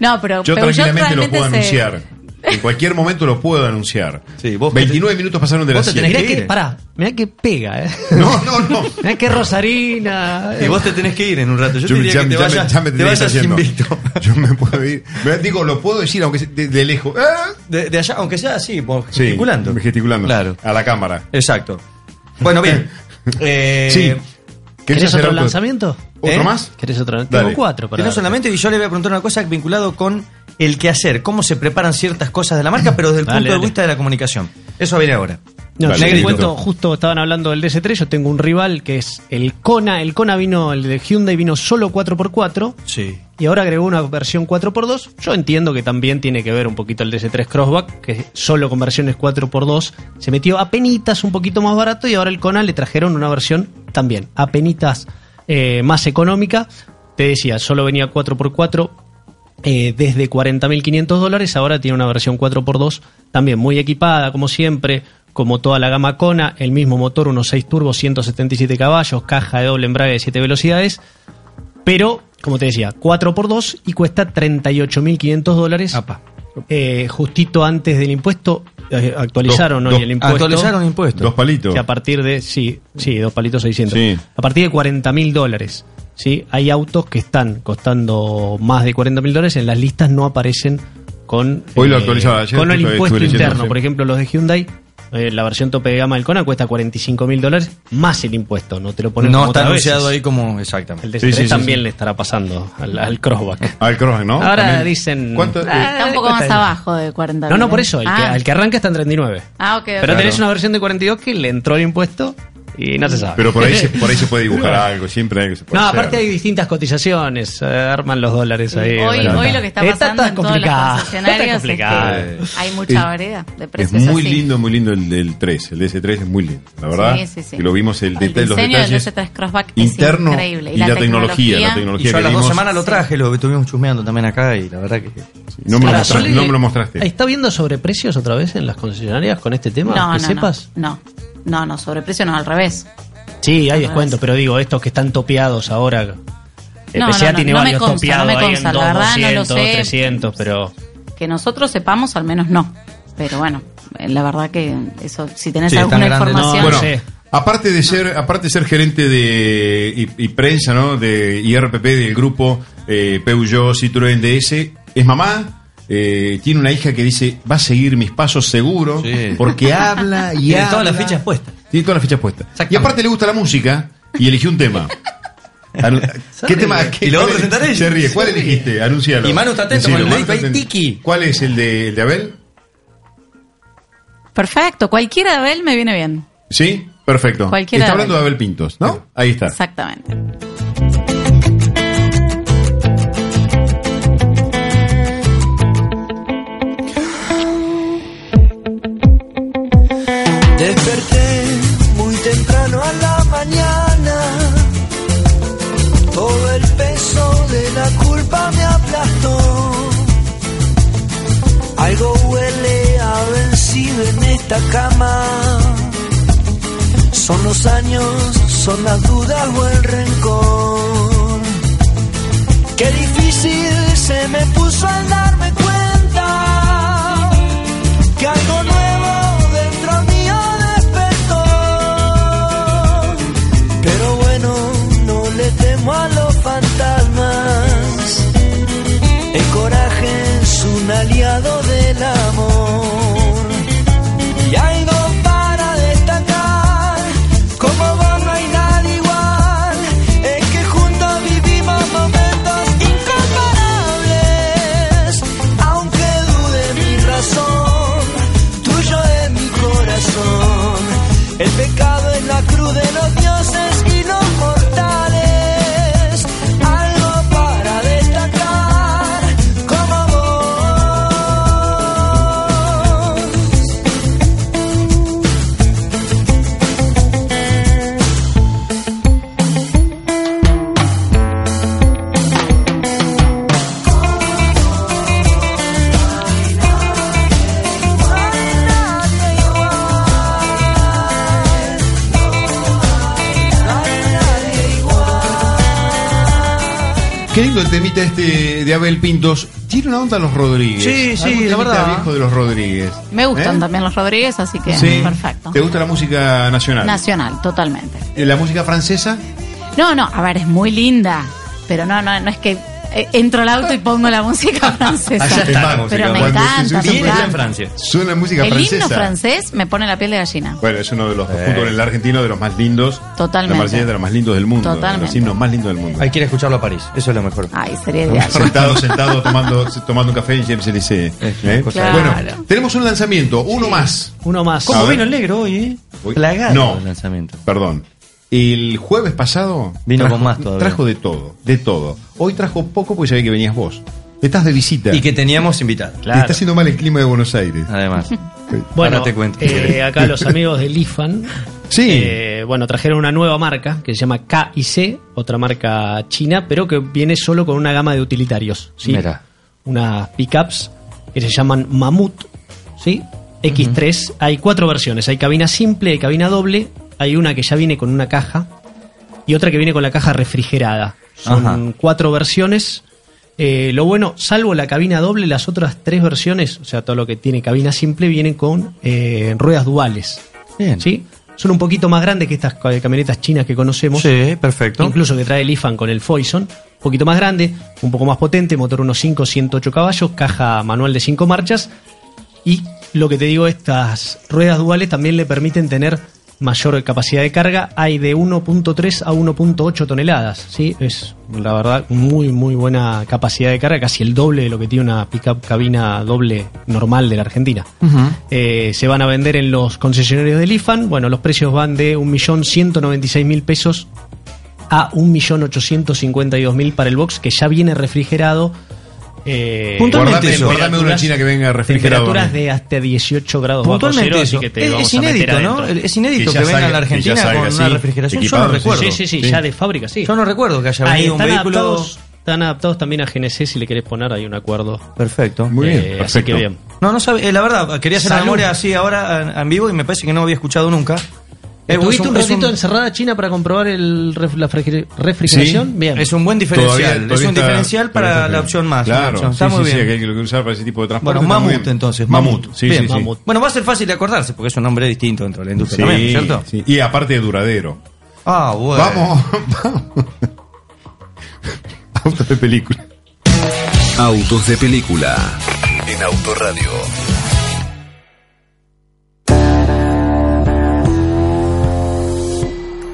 Speaker 6: No, pero
Speaker 3: Yo
Speaker 6: Peugeot
Speaker 3: tranquilamente lo puedo
Speaker 6: realmente se-
Speaker 3: anunciar. En cualquier momento lo puedo anunciar.
Speaker 5: Sí, vos-
Speaker 3: 29 minutos pasaron de
Speaker 5: Vos
Speaker 3: las
Speaker 5: te
Speaker 4: Mirá
Speaker 5: tenés
Speaker 3: 7.
Speaker 4: que,
Speaker 5: ir.
Speaker 4: pará, mirá que pega, eh.
Speaker 3: No, no, no.
Speaker 4: Mirá que rosarina.
Speaker 5: y
Speaker 4: eh.
Speaker 5: vos te tenés que ir en un rato. Yo,
Speaker 3: Yo
Speaker 5: te diría
Speaker 3: ya,
Speaker 5: que te
Speaker 3: ya me-
Speaker 5: vayas,
Speaker 3: ya me
Speaker 5: te
Speaker 3: tenía que
Speaker 5: vayas
Speaker 3: estar yendo.
Speaker 5: invicto.
Speaker 3: Yo me puedo ir. Me- Digo, lo puedo decir, aunque sea de, de lejos. ¡Ah!
Speaker 5: De, de allá, aunque sea así, vos
Speaker 3: Sí,
Speaker 5: gesticulando.
Speaker 3: Gesticulando.
Speaker 5: Claro.
Speaker 3: A la cámara.
Speaker 5: Exacto. Bueno, bien. Eh,
Speaker 3: Sí.
Speaker 4: ¿Querés
Speaker 3: hacer
Speaker 4: otro
Speaker 3: auto?
Speaker 4: lanzamiento?
Speaker 3: ¿Otro
Speaker 5: ¿Eh?
Speaker 3: más?
Speaker 4: ¿Querés otro?
Speaker 3: Dale.
Speaker 4: Tengo cuatro para
Speaker 5: Que no
Speaker 4: dar.
Speaker 5: solamente, y yo le voy a preguntar una cosa vinculado con el quehacer, cómo se preparan ciertas cosas de la marca, pero desde el
Speaker 4: Dale,
Speaker 5: punto de
Speaker 4: dale.
Speaker 5: vista de la comunicación. Eso viene ahora.
Speaker 4: No,
Speaker 3: Dale,
Speaker 4: yo te
Speaker 3: negrito.
Speaker 4: cuento, justo estaban hablando del DC3, yo tengo un rival que es el Kona, el Kona vino, el de Hyundai vino solo 4x4
Speaker 5: Sí.
Speaker 4: y ahora agregó una versión 4x2, yo entiendo que también tiene que ver un poquito el DC3 Crossback, que solo con versiones 4x2 se metió a penitas un poquito más barato y ahora el Kona le trajeron una versión también a penitas eh, más económica, te decía, solo venía 4x4, eh, desde 40.500 dólares, ahora tiene una versión 4x2 también muy equipada, como siempre, como toda la gama Kona, el mismo motor, unos 6 turbos, 177 caballos, caja de doble embrague de 7 velocidades, pero, como te decía, 4x2 y cuesta 38.500 dólares.
Speaker 5: Apa.
Speaker 4: Eh, justito antes del impuesto, eh, actualizaron
Speaker 3: Dos-
Speaker 4: hoy
Speaker 3: dos-
Speaker 4: el impuesto.
Speaker 5: Actualizaron impuestos.
Speaker 3: Dos palitos.
Speaker 4: Que a partir de, sí, sí, dos palitos 600.
Speaker 3: Sí.
Speaker 4: A partir de 40 mil dólares. ¿sí? Hay autos que están costando más de 40 mil dólares. En las listas no aparecen con, eh,
Speaker 3: Hoy lo actualizaba ayer,
Speaker 4: con el
Speaker 3: estuve-
Speaker 4: impuesto
Speaker 3: estuve leyendo,
Speaker 4: interno.
Speaker 3: sí.
Speaker 4: Por ejemplo, los de Hyundai. eh, la versión tope de gama del Kona cuesta 45 mil dólares más el impuesto, no te lo ponen
Speaker 5: No
Speaker 4: como
Speaker 5: está
Speaker 4: otras
Speaker 5: anunciado
Speaker 4: veces.
Speaker 5: ahí como. Exactamente.
Speaker 4: El de
Speaker 3: Sí, sí,
Speaker 4: 3
Speaker 3: sí,
Speaker 4: también
Speaker 3: sí.
Speaker 4: le estará pasando al, al crossback.
Speaker 3: Al Crossback, Ah, ¿no?
Speaker 4: Ahora
Speaker 3: También.
Speaker 4: dicen-
Speaker 3: ¿Cuánto?
Speaker 4: Ah.
Speaker 3: Eh,
Speaker 6: Está un poco más abajo de 40
Speaker 4: No, no, por eso, el, que,
Speaker 6: Ah.
Speaker 4: el que arranca está en 39.
Speaker 6: Ah, ok, ok.
Speaker 4: Pero tenés una versión de 42 que le entró el impuesto Y no se sabe.
Speaker 3: Pero por ahí, se, por ahí se puede dibujar algo, siempre hay que se puede
Speaker 4: No,
Speaker 3: hacer.
Speaker 4: aparte hay distintas cotizaciones. eh, arman los dólares ahí.
Speaker 6: hoy,
Speaker 4: bueno.
Speaker 6: hoy lo que está
Speaker 4: Está
Speaker 6: pasando
Speaker 4: tan
Speaker 6: en todas
Speaker 4: complicado,
Speaker 6: las concesionarias
Speaker 4: está complicado.
Speaker 6: es que hay mucha
Speaker 3: Eh,
Speaker 6: variedad de
Speaker 3: Es
Speaker 6: precios.
Speaker 3: muy
Speaker 6: así.
Speaker 3: lindo, muy lindo el, del 3. El DS3 es muy lindo, la verdad.
Speaker 6: Sí, sí, sí.
Speaker 3: Y lo vimos el,
Speaker 6: El
Speaker 3: detalle, los
Speaker 6: diseño del
Speaker 3: detalles
Speaker 6: DS3 Crossback es
Speaker 3: interno
Speaker 6: increíble.
Speaker 3: y, la, tecnología, la tecnología
Speaker 8: Y yo a
Speaker 3: que
Speaker 8: las dos
Speaker 3: vimos.
Speaker 8: semanas lo traje, lo estuvimos chusmeando también acá y la verdad que.
Speaker 3: No me lo
Speaker 4: Ahora,
Speaker 3: mostraste,
Speaker 4: Sole,
Speaker 3: no me lo mostraste.
Speaker 4: ¿Está viendo sobreprecios otra vez en las concesionarias con este tema?
Speaker 6: No,
Speaker 4: que
Speaker 6: no,
Speaker 4: sepas.
Speaker 6: no. No, no, no, sobreprecio no, al revés.
Speaker 4: Sí, hay
Speaker 6: Al
Speaker 4: descuento,
Speaker 6: revés.
Speaker 4: pero digo, estos que están topeados ahora. Eh,
Speaker 6: No,
Speaker 4: PSA
Speaker 6: no, no,
Speaker 4: tiene
Speaker 6: no me
Speaker 4: varios
Speaker 6: consta,
Speaker 4: topeados
Speaker 6: no me
Speaker 4: ahí en
Speaker 6: consta, la
Speaker 4: dos,
Speaker 6: verdad no lo
Speaker 4: 200,
Speaker 6: sé.
Speaker 4: 300, pero...
Speaker 6: Que nosotros sepamos, al menos no. Pero bueno, eh, la verdad que eso, si tenés
Speaker 8: Sí,
Speaker 6: alguna
Speaker 8: están grandes, ¿no?
Speaker 6: información.
Speaker 3: Bueno,
Speaker 4: Sí.
Speaker 3: aparte de ser, aparte de ser gerente de y, y prensa, ¿no? De IRPP del grupo eh, Peugeot Citroën DS, es mamá. eh, tiene una hija que dice va a seguir mis pasos seguro
Speaker 8: Sí.
Speaker 3: porque habla y
Speaker 8: Tiene
Speaker 3: habla.
Speaker 8: todas las fichas puestas.
Speaker 3: Tiene todas las fichas puestas. Y
Speaker 8: Exactamente.
Speaker 3: aparte le gusta la música y eligió un tema. Anu- ¿Qué tema? ¿Qué-
Speaker 8: Y lo va a
Speaker 3: cuál es-
Speaker 8: presentar él.
Speaker 3: Se ríe. ¿Cuál
Speaker 8: Se ríe.
Speaker 3: elegiste? Anúncialo.
Speaker 8: Y Manu está atento,
Speaker 3: Decilo,
Speaker 8: Manu, le
Speaker 3: Manu
Speaker 8: dijo,
Speaker 3: está
Speaker 8: "Ay,
Speaker 3: atento".
Speaker 8: Tiki.
Speaker 3: ¿Cuál es el de, el de Abel?
Speaker 6: Perfecto, cualquiera de Abel me viene bien.
Speaker 3: Sí, perfecto.
Speaker 6: Cualquiera
Speaker 3: Está
Speaker 6: de
Speaker 3: hablando de Abel Pintos, ¿no? Ahí está.
Speaker 6: Exactamente.
Speaker 7: Desperté muy temprano a la mañana. Todo el peso de la culpa me aplastó. Algo huele a vencido en esta cama. Son los años, son las dudas o el rencor. Qué difícil se me puso al darme cuenta que algo nuevo dentro mío despertó. Pero bueno, no le temo a los fantasmas. El coraje es un aliado del amor. Y hay dos para destacar, como vos no hay nadie igual. Es que juntos vivimos momentos incomparables. Aunque dude mi razón, tuyo es mi corazón. El pecado es la cruz de los dioses y los mortales. Algo para destacar, como vos.
Speaker 3: Qué lindo el temita este de Abel Pintos. Tiene una onda los Rodríguez.
Speaker 8: Sí, sí,
Speaker 3: Algún
Speaker 8: la
Speaker 3: temita
Speaker 8: verdad.
Speaker 3: viejo de los Rodríguez.
Speaker 6: Me gustan
Speaker 3: ¿Eh?
Speaker 6: también los Rodríguez, así que
Speaker 3: Sí.
Speaker 6: perfecto.
Speaker 3: ¿Te gusta la música nacional?
Speaker 6: Nacional, totalmente.
Speaker 3: ¿Y ¿La música francesa?
Speaker 6: No, no, a ver, es muy linda, pero no, no, no es que eh, entro al auto y pongo la música francesa.
Speaker 8: Allá está la música.
Speaker 6: pero me
Speaker 3: Cuando se
Speaker 6: encanta,
Speaker 3: usa
Speaker 6: me
Speaker 8: Bien allá en
Speaker 6: encanta.
Speaker 8: Francia.
Speaker 3: Suena música
Speaker 6: El
Speaker 3: francesa.
Speaker 6: himno francés me pone la piel de gallina.
Speaker 3: Bueno, es uno de los fútbol en el argentino de los más lindos.
Speaker 6: Totalmente.
Speaker 3: La Marsella es de los más lindos del mundo.
Speaker 6: Totalmente.
Speaker 3: De los himnos más lindos del mundo.
Speaker 8: Hay que ir a escucharlo a París, eso es lo mejor.
Speaker 6: Ay, sería ideal.
Speaker 3: Sentado, sentado, tomando, tomando un café en James Elysée. ¿Eh?
Speaker 6: Claro.
Speaker 3: Bueno, tenemos un lanzamiento, uno más.
Speaker 4: Uno más.
Speaker 3: A
Speaker 8: ¿Cómo
Speaker 3: ver.
Speaker 8: vino el negro hoy, eh?
Speaker 3: Hoy-
Speaker 8: Plagado
Speaker 3: No.
Speaker 8: el lanzamiento.
Speaker 3: Perdón. El jueves pasado
Speaker 8: Vino
Speaker 3: trajo,
Speaker 8: con más todavía.
Speaker 3: trajo de todo, de todo. Hoy trajo poco porque sabía que venías vos. Estás de visita.
Speaker 8: Y que teníamos invitado.
Speaker 3: Te está haciendo mal el clima de Buenos Aires.
Speaker 5: Ah,
Speaker 8: Además.
Speaker 4: Bueno,
Speaker 8: Ahora te cuento.
Speaker 4: eh, acá los amigos del IFAN.
Speaker 3: Sí.
Speaker 4: eh, bueno, trajeron una nueva marca que se llama KIC, otra marca china, pero que viene solo con una gama de utilitarios. ¿sí?
Speaker 8: Mira.
Speaker 4: Unas pickups que se llaman Mamut, ¿sí? X3. Hay cuatro versiones: hay cabina simple, hay cabina doble, hay una que ya viene con una caja y otra que viene con la caja refrigerada. Son
Speaker 8: Ajá.
Speaker 4: cuatro versiones. Eh, lo bueno, salvo la cabina doble, las otras tres versiones, o sea, todo lo que tiene cabina simple, vienen con eh, ruedas duales.
Speaker 8: Bien.
Speaker 4: ¿sí? Son un poquito más grandes que estas ca- camionetas chinas que conocemos.
Speaker 8: Sí, perfecto.
Speaker 4: Incluso que trae el IFAN con el Foison. Un poquito más grande, un poco más potente, motor 1.5, 108 caballos, caja manual de 5 marchas. Y lo que te digo, estas ruedas duales también le permiten tener mayor capacidad de carga, hay de 1.3 a 1.8 toneladas. ¿sí? Es, la verdad, muy, muy buena capacidad de carga, casi el doble de lo que tiene una pickup cabina doble normal de la Argentina. Eh, se van a vender en los concesionarios del IFAN. Bueno, los precios van de 1.196.000 pesos a 1.852.000 para el box, que ya viene refrigerado. Eh,
Speaker 3: Puntualmente Guardame- eso. guardame una china que venga refrigerado.
Speaker 4: Temperaturas de hasta 18 grados bajo
Speaker 5: Puntualmente
Speaker 4: cero,
Speaker 5: eso.
Speaker 4: así que te
Speaker 5: es,
Speaker 4: vamos
Speaker 5: es
Speaker 4: a meter
Speaker 5: inédito, ¿no?
Speaker 4: adentro.
Speaker 5: Es inédito que,
Speaker 3: ya
Speaker 5: vengan
Speaker 3: salga-
Speaker 5: a la
Speaker 3: que ya
Speaker 5: Argentina
Speaker 3: salga
Speaker 5: con una
Speaker 3: así,
Speaker 5: refrigeración. Yo no
Speaker 3: equipado, sí,
Speaker 5: recuerdo.
Speaker 4: Sí, sí, sí,
Speaker 3: Sí.
Speaker 4: ya de fábrica, sí.
Speaker 5: Yo no recuerdo que haya
Speaker 4: Ahí
Speaker 5: venido un
Speaker 4: están
Speaker 5: vehículo.
Speaker 4: adaptados, están adaptados también a Genesis, si le querés poner, hay un acuerdo.
Speaker 5: Perfecto.
Speaker 3: Muy bien,
Speaker 4: Eh, así que
Speaker 3: perfecto.
Speaker 4: bien.
Speaker 5: No, no sabe, eh, la verdad, quería hacer la
Speaker 4: Salud.
Speaker 5: memoria así ahora en- en vivo y me parece que no había escuchado nunca. Eh, es
Speaker 4: ¿Tuviste un,
Speaker 5: es
Speaker 4: ratito encerrada China para comprobar el ref- la refri- refrigeración?
Speaker 3: Sí,
Speaker 4: bien.
Speaker 5: Es un buen diferencial.
Speaker 3: Todavía- todavía
Speaker 5: es un
Speaker 3: está-
Speaker 5: diferencial
Speaker 3: todavía
Speaker 5: para
Speaker 3: está
Speaker 5: la
Speaker 3: bien.
Speaker 5: opción más.
Speaker 3: Claro,
Speaker 5: la opción.
Speaker 3: sí,
Speaker 5: Está
Speaker 3: sí,
Speaker 5: muy
Speaker 3: sí,
Speaker 5: bien.
Speaker 3: que hay que usar para ese tipo de transporte.
Speaker 5: Bueno,
Speaker 3: está muy
Speaker 5: Mamut
Speaker 3: bien.
Speaker 5: entonces.
Speaker 3: Mamut, sí,
Speaker 5: Bien,
Speaker 3: sí, sí.
Speaker 4: Mamut.
Speaker 5: Bueno, va a ser fácil de acordarse porque es un nombre distinto dentro de la
Speaker 3: Sí,
Speaker 5: industria también, ¿cierto?
Speaker 3: sí. Y aparte de duradero.
Speaker 5: Ah, bueno.
Speaker 3: Vamos, vamos. Auto de película.
Speaker 2: Autos de película. En Autoradio.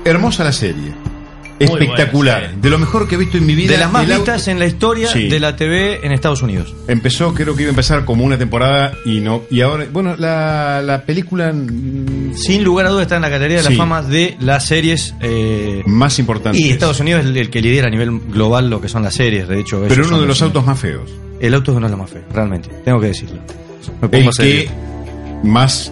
Speaker 3: Hermosa la serie.
Speaker 4: buena
Speaker 3: Espectacular. De lo mejor que he visto en mi vida.
Speaker 5: De las más
Speaker 3: El auto-
Speaker 5: vistas en la historia
Speaker 3: Sí.
Speaker 5: de la TV en Estados Unidos.
Speaker 3: Empezó, creo que iba a empezar como una temporada y no. Y ahora, bueno, la, la película mm,
Speaker 5: Sin lugar a dudas está en la galería de la
Speaker 3: Sí.
Speaker 5: fama de las series. eh,
Speaker 3: más importante.
Speaker 5: y Estados Unidos es el, el que lidera a nivel global lo que son las series, de hecho.
Speaker 3: Pero
Speaker 5: ellos
Speaker 3: uno
Speaker 5: son
Speaker 3: de los autos más feos.
Speaker 5: El auto es uno de los más feos, realmente. Tengo que decirlo. Me pongo
Speaker 3: El
Speaker 5: serio.
Speaker 3: que más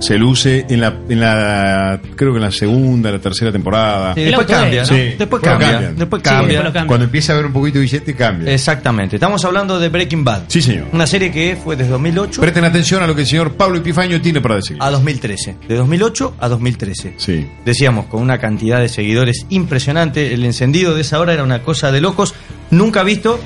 Speaker 3: se luce en la, en la. Creo que en la segunda, la tercera temporada.
Speaker 5: Sí, después
Speaker 4: auto es,
Speaker 5: cambia, ¿no?
Speaker 3: Sí.
Speaker 5: Después
Speaker 3: Bueno,
Speaker 5: cambia.
Speaker 3: cambian.
Speaker 5: Después
Speaker 4: Sí,
Speaker 5: cambia.
Speaker 4: después lo cambia.
Speaker 3: Cuando empieza a haber un poquito de billete, cambia.
Speaker 5: Exactamente. Estamos hablando de Breaking Bad.
Speaker 3: Sí, señor.
Speaker 5: Una serie que fue desde 2008
Speaker 3: Presten atención a lo que el señor Pablo Epifanio tiene para decir.
Speaker 5: a 2013. De 2008 a 2013.
Speaker 3: Sí.
Speaker 5: Decíamos, con una cantidad de seguidores impresionante. El encendido de esa hora era una cosa de locos. Nunca visto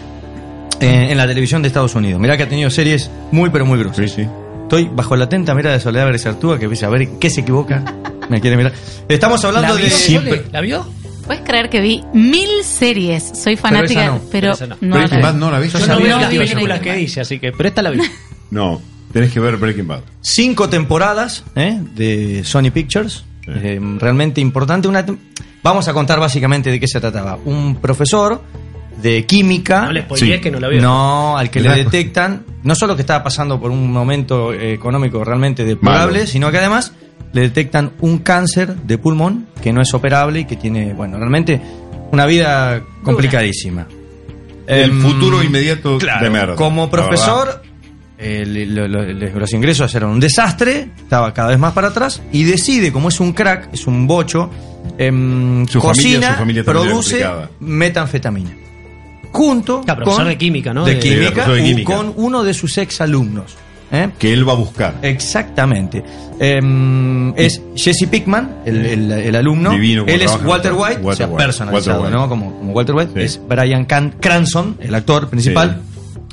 Speaker 5: eh, en la televisión de Estados Unidos. Mirá que ha tenido series muy, pero muy gruesas.
Speaker 3: Sí, sí.
Speaker 5: Estoy bajo la atenta mirada de Soledad Berezartúa que empieza a ver en qué se equivoca. Me quiere mirar. Estamos hablando
Speaker 4: ¿La
Speaker 5: de...
Speaker 4: vio?
Speaker 3: siempre-
Speaker 4: ¿La vio?
Speaker 6: Puedes creer que vi mil series. Soy fanática, pero,
Speaker 4: Pero esa no.
Speaker 6: no,
Speaker 3: Breaking
Speaker 6: la-
Speaker 3: Bad no la viste.
Speaker 4: Yo
Speaker 5: sabía
Speaker 4: no vi
Speaker 5: que
Speaker 4: las
Speaker 5: iba a
Speaker 4: películas
Speaker 6: llegar.
Speaker 4: que dice, así que. Pero esta la vi.
Speaker 3: No, tenés que ver Breaking Bad.
Speaker 5: cinco temporadas ¿eh? de Sony Pictures.
Speaker 3: Sí.
Speaker 5: Eh, realmente importante. Una tem- Vamos a contar básicamente de qué se trataba. Un profesor de química.
Speaker 4: No le spoilees
Speaker 3: Sí.
Speaker 4: que no la vio.
Speaker 5: No, al que le
Speaker 3: Claro.
Speaker 5: detectan, no solo que estaba pasando por un momento eh, económico realmente deplorable,
Speaker 3: Malo.
Speaker 5: sino que además le detectan un cáncer de pulmón que no es operable y que tiene, bueno, realmente una vida complicadísima.
Speaker 3: El
Speaker 5: Em,
Speaker 3: futuro inmediato
Speaker 5: Claro,
Speaker 3: de merda.
Speaker 5: Como
Speaker 3: la verdad.
Speaker 5: profesor, eh, lo- lo- lo- los ingresos eran un desastre, estaba cada vez más para atrás, y decide, como es un crack, es un bocho, em,
Speaker 3: Su familia-
Speaker 5: cocina,
Speaker 3: su familia también era
Speaker 5: produce
Speaker 3: complicada.
Speaker 5: metanfetamina. Junto
Speaker 4: Ah, profesor
Speaker 5: con,
Speaker 4: de química, ¿no?
Speaker 5: de
Speaker 4: De-
Speaker 5: química,
Speaker 3: Sí, profesor de
Speaker 5: u-
Speaker 3: química.
Speaker 5: con uno de sus exalumnos. ¿eh?
Speaker 3: Que él va a buscar.
Speaker 5: Exactamente. Em, es Jesse Pickman, el, el- el alumno.
Speaker 3: Divino, como
Speaker 5: Él es
Speaker 3: trabaja.
Speaker 5: Walter White,
Speaker 3: Walter
Speaker 5: o sea,
Speaker 3: White.
Speaker 5: personalizado,
Speaker 3: Walter White.
Speaker 5: ¿no? Como, como Walter White.
Speaker 3: Sí.
Speaker 5: Es Brian Can- Cranston, el actor principal.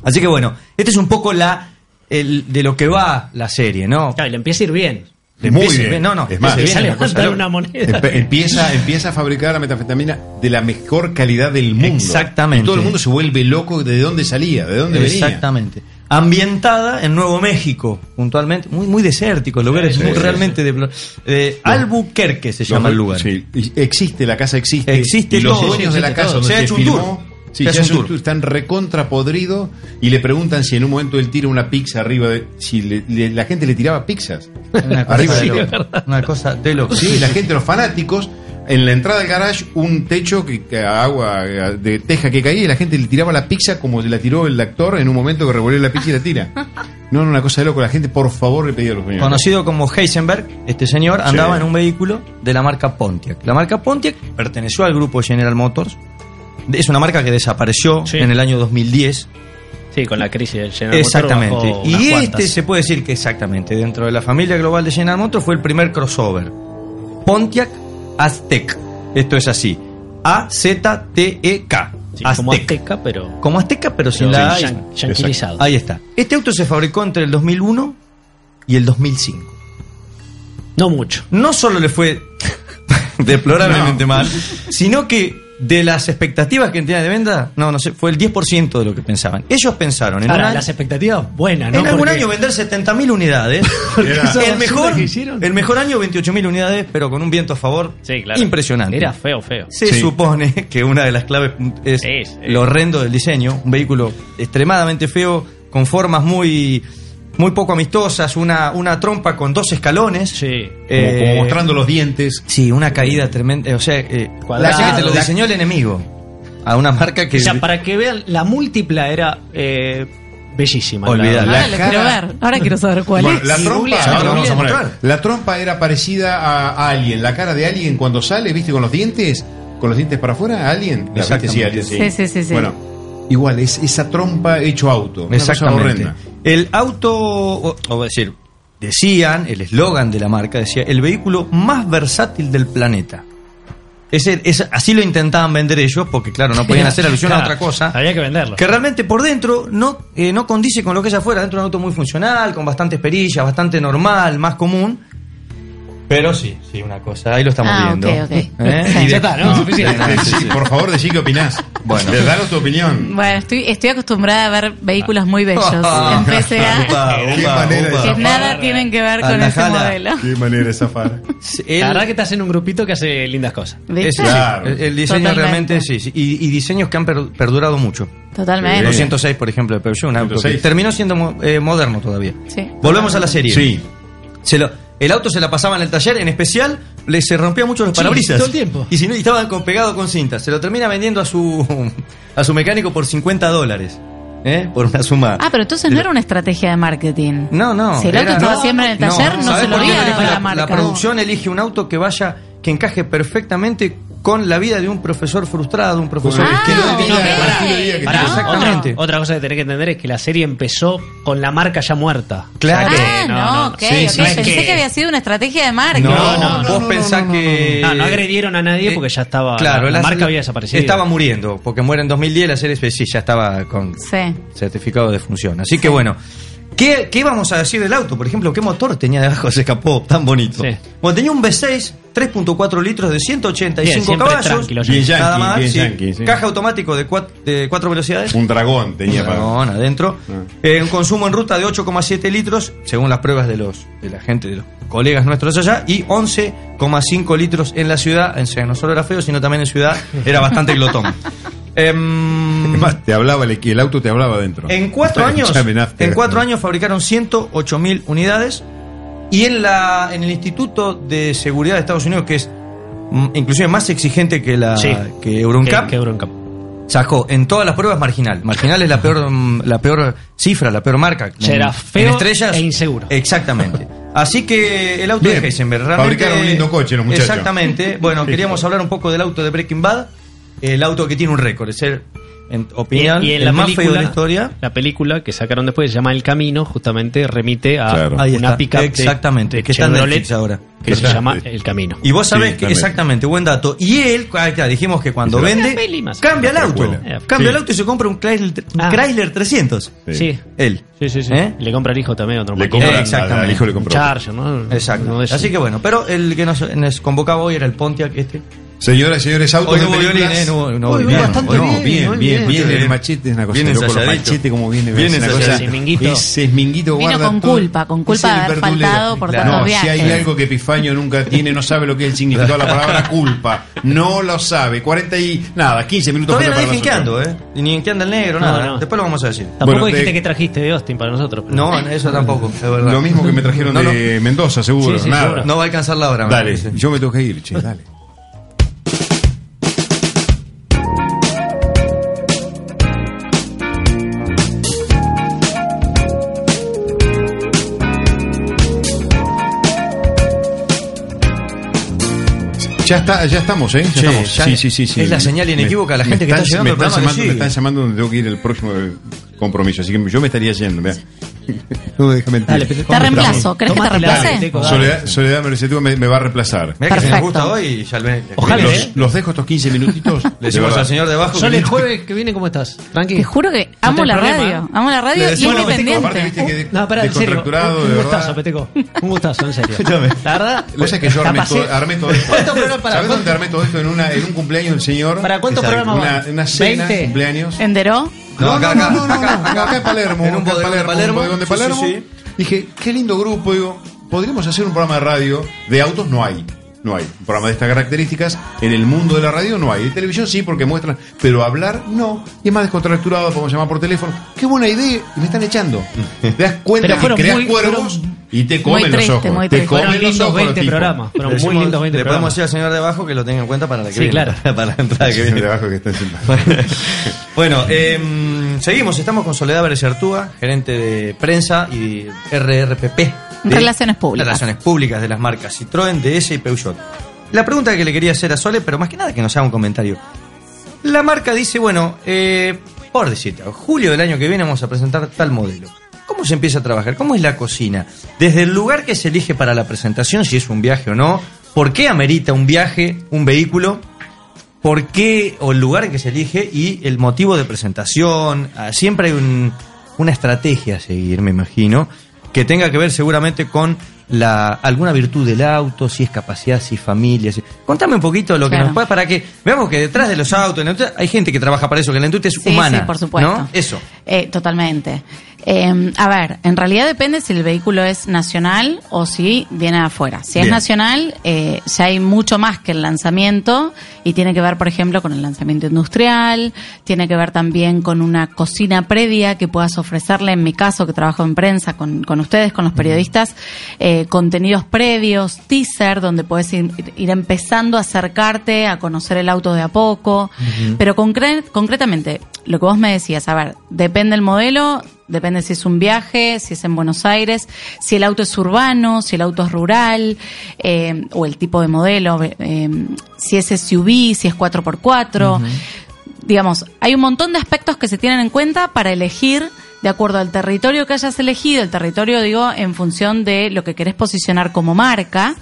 Speaker 5: Así que bueno, este es un poco la el- de lo que va la serie, ¿no?
Speaker 4: Claro, y le empieza a ir bien.
Speaker 5: Le
Speaker 3: Muy
Speaker 5: empieza-
Speaker 3: bien.
Speaker 5: No, no,
Speaker 3: Es más,
Speaker 5: le
Speaker 4: Le
Speaker 5: viene
Speaker 4: sale
Speaker 5: una cosa
Speaker 4: levantar
Speaker 5: loca.
Speaker 4: una moneda.
Speaker 3: Empe- Empieza, empieza a fabricar la metanfetamina de la mejor calidad del mundo.
Speaker 5: Exactamente.
Speaker 3: Y todo el mundo se vuelve loco de dónde salía, de dónde venía.
Speaker 5: Exactamente. Ambientada en Nuevo México, puntualmente. Muy, muy desértico, lugares
Speaker 3: Sí,
Speaker 5: muy
Speaker 3: sí,
Speaker 5: realmente de Albuquerque se
Speaker 3: Los-
Speaker 5: llama el lugar.
Speaker 3: sí. Y Existe, la casa existe.
Speaker 5: Existe
Speaker 3: Y los
Speaker 5: todo,
Speaker 3: dueños de la
Speaker 5: existe
Speaker 3: casa
Speaker 5: todo.
Speaker 3: donde
Speaker 5: Se ha
Speaker 3: se
Speaker 5: hecho un
Speaker 3: filmó,
Speaker 5: tour.
Speaker 3: sí,
Speaker 5: Se ha
Speaker 3: se
Speaker 5: hecho
Speaker 3: hace
Speaker 5: un
Speaker 3: un
Speaker 5: tour.
Speaker 3: tour, Están recontra podridos y le preguntan si en un momento él tira una pizza arriba de. Si le- le- la gente le tiraba pizzas.
Speaker 5: Una cosa
Speaker 3: Arriba
Speaker 5: de
Speaker 3: de-
Speaker 5: loco. Una cosa de loco.
Speaker 3: Sí, la gente, los fanáticos, en la entrada del garage, un techo que, que agua eh, de teja que caía y la gente le tiraba la pizza como la tiró el actor en un momento que revolvió la pizza y la tira. No, no, una cosa de loco. La gente, por favor, le pedía a los señores.
Speaker 5: Conocido como Heisenberg, este señor andaba
Speaker 3: Sí.
Speaker 5: en un vehículo de la marca Pontiac. La marca Pontiac perteneció al grupo General Motors. Es una marca que desapareció
Speaker 4: Sí.
Speaker 5: en el año 2010.
Speaker 4: Sí, con la crisis del General Motors
Speaker 5: Exactamente.
Speaker 4: bajó unas
Speaker 5: Y
Speaker 4: cuantas.
Speaker 5: este se puede decir que exactamente, dentro de la familia global de General Motors fue el primer crossover. Pontiac Aztec. Esto es así. A-Z-T-E-K.
Speaker 4: Sí, como
Speaker 5: E Aztec.
Speaker 4: azteca, pero.
Speaker 5: Como azteca, pero sin
Speaker 4: pero
Speaker 5: la A y-
Speaker 4: yan- yanquilizado.
Speaker 5: Ahí está. Este auto se fabricó entre el 2001 y el 2005.
Speaker 4: No mucho.
Speaker 5: No solo le fue deplorablemente mal, sino que de las expectativas que tenían de venta, no, no sé, fue el 10% de lo que pensaban. Ellos pensaron en, un
Speaker 4: Ahora,
Speaker 5: año-
Speaker 4: las expectativas buenas,
Speaker 5: en
Speaker 4: ¿no?
Speaker 5: algún
Speaker 4: Porque-
Speaker 5: año vender 70.000 unidades.
Speaker 3: Era-
Speaker 4: Esa basura
Speaker 5: el, mejor,
Speaker 4: que hicieron.
Speaker 5: el mejor año 28.000 unidades, pero con un viento a favor
Speaker 9: Sí, claro.
Speaker 5: impresionante.
Speaker 9: Era feo, feo.
Speaker 5: Se
Speaker 3: Sí.
Speaker 5: supone que una de las claves es
Speaker 9: Sí, sí.
Speaker 5: lo horrendo del diseño. Un vehículo extremadamente feo, con formas muy, muy poco amistosas, una, una trompa con dos escalones.
Speaker 9: Sí.
Speaker 3: Como,
Speaker 5: Eh,
Speaker 3: como mostrando los dientes.
Speaker 5: Sí, una caída tremenda. eh, O sea, eh,
Speaker 4: Cuadrado.
Speaker 5: parece que te lo diseñó el enemigo. A una marca que.
Speaker 4: O sea, para que vean, la múltipla era eh, bellísima. la
Speaker 5: Olvidala.
Speaker 4: verdad.
Speaker 6: Ahora lo quiero ver. Ahora quiero saber cuál
Speaker 3: Bueno,
Speaker 6: es.
Speaker 3: la trompa,
Speaker 5: Google,
Speaker 3: ahora
Speaker 5: Google,
Speaker 3: vamos a poner.
Speaker 5: claro.
Speaker 3: La trompa era parecida a, a alguien, la cara de alguien cuando sale, viste, con los dientes, con los dientes para afuera, alguien. La viste, sí, alguien,
Speaker 6: Sí, sí, sí, sí.
Speaker 3: Bueno, igual es esa trompa hecho auto, una cosa
Speaker 5: Exactamente.
Speaker 3: horrenda.
Speaker 5: El auto, o, o decir, decían, el eslogan de la marca decía, el vehículo más versátil del planeta. Ese, ese- así lo intentaban vender ellos, porque claro, no podían hacer alusión a
Speaker 9: Claro,
Speaker 5: otra cosa.
Speaker 9: Había que venderlo.
Speaker 5: Que realmente por dentro no, eh, no condice con lo que es afuera. Dentro de un auto muy funcional, con bastantes perillas, bastante normal, más común. Pero sí, sí, una cosa. Ahí lo estamos
Speaker 6: Ah,
Speaker 5: viendo.
Speaker 6: ok, ok.
Speaker 5: ¿Eh?
Speaker 6: Ya
Speaker 5: Y de-
Speaker 9: está, ¿no?
Speaker 3: Eh, sí, por favor, decí qué opinás. Bueno. Danos tu opinión.
Speaker 6: Bueno, estoy, estoy acostumbrada a ver vehículos muy bellos en PCA
Speaker 5: Upa,
Speaker 3: Qué
Speaker 5: upa,
Speaker 3: manera de
Speaker 5: upa.
Speaker 6: que
Speaker 3: zafar.
Speaker 6: nada tienen que ver con ese
Speaker 5: Andajala.
Speaker 6: modelo.
Speaker 3: Qué manera de zafar.
Speaker 5: El-
Speaker 9: La verdad que estás en un grupito que hace lindas cosas.
Speaker 6: ¿Viste?
Speaker 5: Es-
Speaker 3: Claro.
Speaker 5: el, el diseño
Speaker 6: Totalmente.
Speaker 5: realmente, sí, sí. Y, y diseños que han per- perdurado mucho.
Speaker 3: Sí.
Speaker 6: Totalmente.
Speaker 5: 206, por ejemplo, de Peugeot, un auto que
Speaker 3: 206.
Speaker 5: terminó siendo mo- eh, moderno todavía.
Speaker 6: Sí.
Speaker 5: Volvemos a la serie.
Speaker 3: Sí.
Speaker 5: Se lo- el auto se la pasaba en el taller, en especial le se rompía mucho los parabrisas.
Speaker 4: todo el tiempo.
Speaker 5: Y si no, y estaban con, pegado con cinta. Se lo termina vendiendo a su a su mecánico por 50 dólares. ¿eh? Por una suma.
Speaker 6: Ah, pero entonces no era una estrategia de marketing.
Speaker 5: No, no.
Speaker 6: Si el auto
Speaker 5: era-
Speaker 6: estaba
Speaker 5: no,
Speaker 6: siempre en el taller, no,
Speaker 5: ¿sabés
Speaker 6: se lo
Speaker 5: por qué
Speaker 6: había
Speaker 5: elige
Speaker 6: dado a la
Speaker 5: la,
Speaker 6: marca. Ah,
Speaker 5: producción elige un auto que vaya, que encaje perfectamente con la vida de un profesor frustrado, un profesor
Speaker 6: Ah,
Speaker 5: que no
Speaker 6: ok.
Speaker 5: tenía-
Speaker 9: Pará,
Speaker 5: tiene. Exactamente.
Speaker 4: Otra, otra cosa que tenés que entender es que la serie empezó con la marca ya muerta.
Speaker 5: Claro.
Speaker 6: Ah, no, ok,
Speaker 4: Sí,
Speaker 6: ok.
Speaker 4: sí, no es
Speaker 6: Pensé que... había sido una estrategia de marketing.
Speaker 5: No,
Speaker 4: No, no,
Speaker 5: no, vos pensás que. Eh,
Speaker 4: No, no agredieron a nadie porque ya estaba- la marca había desaparecido.
Speaker 5: Estaba muriendo, porque muere en 2010 la serie sí, ya estaba con
Speaker 6: Sí.
Speaker 5: certificado de función. Así que bueno, ¿qué, qué íbamos a decir del auto? Por ejemplo, ¿qué motor tenía debajo? Se escapó tan bonito.
Speaker 4: Sí.
Speaker 5: Bueno, tenía un V6, 3.4 litros de 185
Speaker 4: Bien, siempre
Speaker 5: caballos.
Speaker 4: tranquilo,
Speaker 3: Bien yankee,
Speaker 5: nada más,
Speaker 3: bien
Speaker 5: sí.
Speaker 3: yankee, sí.
Speaker 5: Caja automático de cuat- de cuatro velocidades.
Speaker 3: Un dragón tenía para.
Speaker 5: No, adentro.
Speaker 3: Ah.
Speaker 5: Eh, un consumo en ruta de 8,7 litros, según las pruebas de los de la gente, de los colegas nuestros allá, y 11,5 litros en la ciudad. O sea, no solo era feo, sino también en ciudad era bastante glotón. Em,
Speaker 3: Es más, te hablaba, el, el auto te hablaba adentro.
Speaker 5: en cuatro años,
Speaker 3: Ya amenazte.
Speaker 5: en cuatro años fabricaron 108 mil unidades y en la en el Instituto de Seguridad de Estados Unidos, que es mm, inclusive más exigente que la
Speaker 4: Sí.
Speaker 5: que Euroncap,
Speaker 4: Que- que Euroncap.
Speaker 5: Sacó en todas las pruebas marginal. Marginal es la peor, mm, la peor cifra, la peor marca.
Speaker 4: sea, era
Speaker 5: En-
Speaker 4: feo
Speaker 5: en estrellas,
Speaker 4: e inseguro.
Speaker 5: Exactamente. Así que el auto
Speaker 3: Bien.
Speaker 5: de Heisenberg. realmente-
Speaker 3: Fabricaron un lindo coche los muchachos.
Speaker 5: Exactamente. Bueno, queríamos hablar un poco del auto de Breaking Bad. El auto que tiene un récord. Es ser, en opinión,
Speaker 4: y en
Speaker 5: el
Speaker 4: la
Speaker 5: más
Speaker 4: película,
Speaker 5: feo de la historia.
Speaker 4: La película que sacaron después se llama El Camino, justamente remite a
Speaker 3: Claro.
Speaker 5: Ahí
Speaker 4: una
Speaker 5: está.
Speaker 4: pickup de-
Speaker 5: Exactamente,
Speaker 4: de
Speaker 5: que está en
Speaker 4: Chevrolet
Speaker 5: Netflix ahora.
Speaker 4: que se
Speaker 3: Está-
Speaker 4: llama El Camino.
Speaker 5: Y vos sabés
Speaker 3: Sí,
Speaker 5: que,
Speaker 3: también.
Speaker 5: exactamente, buen dato. Y él, ahí está, dijimos que cuando
Speaker 3: Es la
Speaker 5: vende,
Speaker 4: peli más-
Speaker 5: cambia el
Speaker 3: la
Speaker 5: auto.
Speaker 3: precuela.
Speaker 5: Cambia
Speaker 3: Sí.
Speaker 5: el auto y se compra un Chrysler, un
Speaker 4: Ah.
Speaker 5: Chrysler 300.
Speaker 3: Sí.
Speaker 4: Sí.
Speaker 5: Él.
Speaker 4: Sí, sí, sí.
Speaker 5: ¿Eh?
Speaker 4: Le compra al hijo también otro
Speaker 3: Le
Speaker 4: marca.
Speaker 3: compra,
Speaker 5: Exactamente.
Speaker 3: Al hijo le
Speaker 4: Un
Speaker 3: compró.
Speaker 4: Charger, ¿no?
Speaker 5: Exacto.
Speaker 4: Uno de esos.
Speaker 5: Así que bueno, pero el que nos, nos convocaba hoy era el Pontiac este.
Speaker 3: Señoras y señores, autos
Speaker 5: Hoy
Speaker 3: de
Speaker 5: hubo
Speaker 3: películas.
Speaker 5: violín, eh, no hubo- no
Speaker 3: Hoy
Speaker 5: hubo
Speaker 3: hubo
Speaker 5: bien,
Speaker 3: bastante
Speaker 5: hoy hubo
Speaker 3: bien,
Speaker 5: bien,
Speaker 3: hoy
Speaker 5: bien, bien.
Speaker 3: el machete es una cosa
Speaker 5: Bien
Speaker 3: loco, los
Speaker 5: ensayadito.
Speaker 3: machete como viene,
Speaker 5: Bien
Speaker 3: es una cosa-
Speaker 5: ensayadito.
Speaker 4: Minguito.
Speaker 3: Ese minguito
Speaker 6: Vino
Speaker 3: guarda
Speaker 6: con
Speaker 3: todo.
Speaker 6: culpa, con culpa
Speaker 3: Ese
Speaker 6: de
Speaker 3: es el
Speaker 6: haber
Speaker 3: verdulero.
Speaker 6: faltado por
Speaker 5: Claro.
Speaker 6: tantos
Speaker 3: No, si hay
Speaker 6: viajes.
Speaker 3: algo que Epifanio nunca tiene, no sabe lo que es el significado de la palabra culpa. No lo sabe. 40 y nada, 15 minutos
Speaker 5: Todavía no
Speaker 3: falta
Speaker 5: dije en qué
Speaker 3: las ocho.
Speaker 5: ando, ¿eh? Y Ni en qué anda el negro,
Speaker 4: No,
Speaker 5: nada.
Speaker 4: no.
Speaker 5: Después lo vamos a decir.
Speaker 4: Tampoco
Speaker 3: Bueno,
Speaker 4: dijiste
Speaker 3: te-
Speaker 4: que trajiste de Austin para nosotros. pero-
Speaker 5: No, eso tampoco, es verdad.
Speaker 3: Lo mismo que me trajeron
Speaker 5: No,
Speaker 3: de Mendoza, seguro.
Speaker 4: Sí, sí,
Speaker 3: nada.
Speaker 4: seguro.
Speaker 5: No va a alcanzar la hora. me
Speaker 3: Dale,
Speaker 5: parece.
Speaker 3: yo me tengo que ir, che, dale. Ya, está, ya estamos, ¿eh? Ya
Speaker 5: Che,
Speaker 3: estamos.
Speaker 5: ya es la señal inequívoca a la
Speaker 3: me
Speaker 5: gente que está
Speaker 3: están-
Speaker 5: llegando
Speaker 3: me
Speaker 5: al
Speaker 3: están
Speaker 5: programa
Speaker 3: llamando,
Speaker 5: que
Speaker 3: Me
Speaker 5: sigue.
Speaker 3: están llamando donde tengo que ir el próximo eh, compromiso, así que yo me estaría yendo. mirá. No me deja mentir.
Speaker 4: Dale, pero-
Speaker 6: Te reemplazo. ¿Querés que te
Speaker 4: Tomate la-
Speaker 6: reemplace?
Speaker 4: Dale.
Speaker 3: Soledad, Soledad Mercedes me, me va a reemplazar.
Speaker 5: Mira que se nos
Speaker 6: Perfecto.
Speaker 5: gusta
Speaker 3: eh,
Speaker 5: hoy, ya le-
Speaker 4: Ojalá,
Speaker 5: los-
Speaker 4: ¿eh?
Speaker 3: Los dejo estos 15 minutitos.
Speaker 5: Le decimos al señor de abajo. que
Speaker 4: Sol, el
Speaker 5: viene-
Speaker 4: jueves que viene, ¿cómo estás? Tranqui.
Speaker 6: Te juro que
Speaker 4: No
Speaker 6: amo
Speaker 4: tenés
Speaker 6: la
Speaker 4: problema, ¿eh?
Speaker 6: radio. Amo la radio y
Speaker 3: decimos,
Speaker 4: Bueno, Peteco,
Speaker 3: aparte, viste
Speaker 6: independiente.
Speaker 3: que- de-
Speaker 4: no, pará, en serio.
Speaker 3: descontracturado,
Speaker 4: Un, un
Speaker 3: de verdad.
Speaker 4: gustazo, Peteco. Un gustazo, en serio.
Speaker 3: Escúchame.
Speaker 4: La verdad.
Speaker 3: La cosa es que yo
Speaker 4: la
Speaker 3: armé
Speaker 4: pasé-
Speaker 3: todo, armé todo esto.
Speaker 4: ¿eh? ¿Cuántos programas para
Speaker 3: ¿Sabés dónde armé todo esto? En, una, en un cumpleaños del señor.
Speaker 4: ¿Para cuántos
Speaker 3: Exacto.
Speaker 4: programas
Speaker 3: Una,
Speaker 4: van?
Speaker 3: una cena,
Speaker 4: ¿Veinte?
Speaker 3: cumpleaños.
Speaker 6: ¿Enderó?
Speaker 3: No, acá, acá, acá, acá,
Speaker 5: acá.
Speaker 3: en Palermo.
Speaker 5: En un
Speaker 3: acá
Speaker 5: bodegón de Palermo.
Speaker 3: un bodegón de
Speaker 5: Sí, sí,
Speaker 3: Palermo.
Speaker 5: sí.
Speaker 3: Dije, qué lindo grupo. Digo, podríamos hacer un programa de radio. De autos no hay. No hay. Un programa de estas características. En el mundo de la radio no hay. De televisión sí, porque muestran. Pero hablar no. Y es más descontracturado, podemos llamar por teléfono. Qué buena idea. Y me están echando. Te das cuenta
Speaker 4: Pero
Speaker 3: que
Speaker 4: fueron
Speaker 3: creas
Speaker 4: muy-
Speaker 3: cuervos
Speaker 4: fueron
Speaker 3: y te comen
Speaker 6: muy
Speaker 3: los
Speaker 6: triste,
Speaker 3: ojos. te
Speaker 6: muy triste.
Speaker 3: comen
Speaker 4: Fueron
Speaker 3: los
Speaker 4: lindos
Speaker 3: ojos.
Speaker 4: 20
Speaker 3: tipo.
Speaker 4: programas.
Speaker 5: Le
Speaker 4: Fueron muy
Speaker 5: decimos-
Speaker 4: lindos 20
Speaker 5: Le podemos
Speaker 4: programas.
Speaker 5: decir al señor de abajo que lo tenga en cuenta para la que
Speaker 4: Sí,
Speaker 5: viene.
Speaker 4: claro.
Speaker 5: Para la entrada que
Speaker 3: Sí,
Speaker 5: viene.
Speaker 3: de abajo que están sentados.
Speaker 5: Bueno, em, seguimos. Estamos con Soledad Vélez Artúa, gerente de prensa y RRPP. de
Speaker 6: Relaciones públicas.
Speaker 5: Relaciones públicas de las marcas Citroën, DS y Peugeot. La pregunta que le quería hacer a Sole, pero más que nada que nos haga un comentario. La marca dice, bueno, eh, por decirte, algo, julio del año que viene vamos a presentar tal modelo. ¿Cómo se empieza a trabajar? ¿Cómo es la cocina? Desde el lugar que se elige para la presentación, si es un viaje o no, ¿por qué amerita un viaje, un vehículo? ¿Por qué o el lugar en que se elige y el motivo de presentación? Ah, Siempre hay un- una estrategia a seguir, me imagino, que tenga que ver seguramente con la, alguna virtud del auto, si es capacidad, si es familia. Si... Contame un poquito lo que
Speaker 6: Claro.
Speaker 5: nos puede para que veamos que detrás de los autos en la industria, hay gente que trabaja para eso, que la industria es
Speaker 6: Sí,
Speaker 5: humana.
Speaker 6: sí, por supuesto.
Speaker 5: ¿no? Eso.
Speaker 6: Eh, totalmente. Eh, a ver, en realidad depende si el vehículo es nacional o si viene de afuera. Si es
Speaker 5: Bien.
Speaker 6: nacional, eh, ya hay mucho más que el lanzamiento y tiene que ver, por ejemplo, con el lanzamiento industrial, tiene que ver también con una cocina previa que puedas ofrecerle, en mi caso, que trabajo en prensa con, con ustedes, con los periodistas, eh, contenidos previos, teaser, donde puedes ir, ir empezando a acercarte, a conocer el auto de a poco. Pero concre- concretamente, lo que vos me decías, a ver, depende el modelo, depende si es un viaje, si es en Buenos Aires, si el auto es urbano, si el auto es rural, eh, o el tipo de modelo, eh, si es SUV, si es 4x4. Digamos, hay un montón de aspectos que se tienen en cuenta para elegir de acuerdo al territorio que hayas elegido, el territorio digo en función de lo que querés posicionar como marca,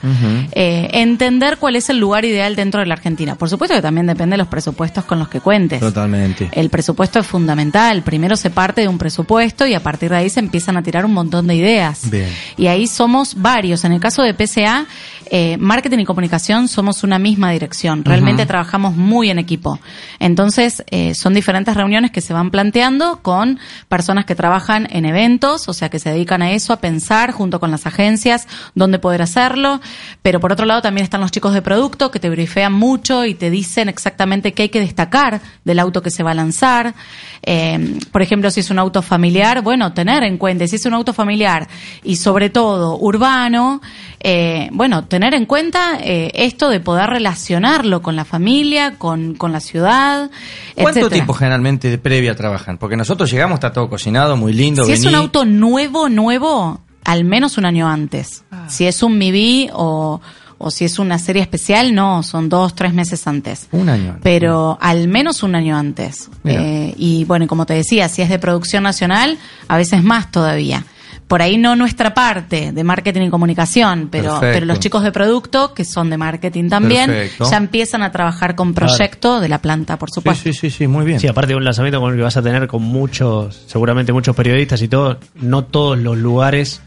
Speaker 6: eh, entender cuál es el lugar ideal dentro de la Argentina. Por supuesto que también depende de los presupuestos con los que cuentes.
Speaker 5: Totalmente.
Speaker 6: El presupuesto es fundamental. Primero se parte de un presupuesto y a partir de ahí se empiezan a tirar un montón de ideas.
Speaker 5: Bien.
Speaker 6: Y ahí somos varios. En el caso de PCA, eh, marketing y comunicación somos una misma dirección. Realmente trabajamos muy en equipo. Entonces, eh, son diferentes reuniones que se van planteando con personas que trabajan en eventos, o sea, que se dedican a eso, a pensar junto con las agencias dónde poder hacerlo. Pero por otro lado, también están los chicos de producto que te brifean mucho y te dicen exactamente qué hay que destacar del auto que se va a lanzar. Eh, por ejemplo, si es un auto familiar, bueno, tener en cuenta, si es un auto familiar y sobre todo urbano, eh, bueno, tener en cuenta eh, esto de poder relacionarlo con la familia, con, con la ciudad.
Speaker 5: ¿Cuánto
Speaker 6: etcétera.
Speaker 5: tiempo generalmente de previa trabajan? Porque nosotros llegamos, está todo cocinado, muy lindo.
Speaker 6: Si es un
Speaker 5: vení.
Speaker 6: auto nuevo, nuevo, al menos un año antes. Si es un MIBI o, o si es una serie especial, no, son dos, tres meses antes.
Speaker 5: Un año antes.
Speaker 6: Pero al menos un año antes.
Speaker 5: Mira.
Speaker 6: Eh, y bueno, y como te decía, si es de producción nacional, a veces más todavía. Por ahí no nuestra parte de marketing y comunicación, pero,
Speaker 5: Perfecto.
Speaker 6: pero los chicos de producto, que son de marketing también,
Speaker 5: Perfecto.
Speaker 6: ya empiezan a trabajar con proyecto de la planta, por
Speaker 5: Sí,
Speaker 6: supuesto.
Speaker 5: sí, sí, sí, muy bien.
Speaker 9: Sí, aparte de un lanzamiento con el que vas a tener con muchos, seguramente muchos periodistas y todo, no todos los lugares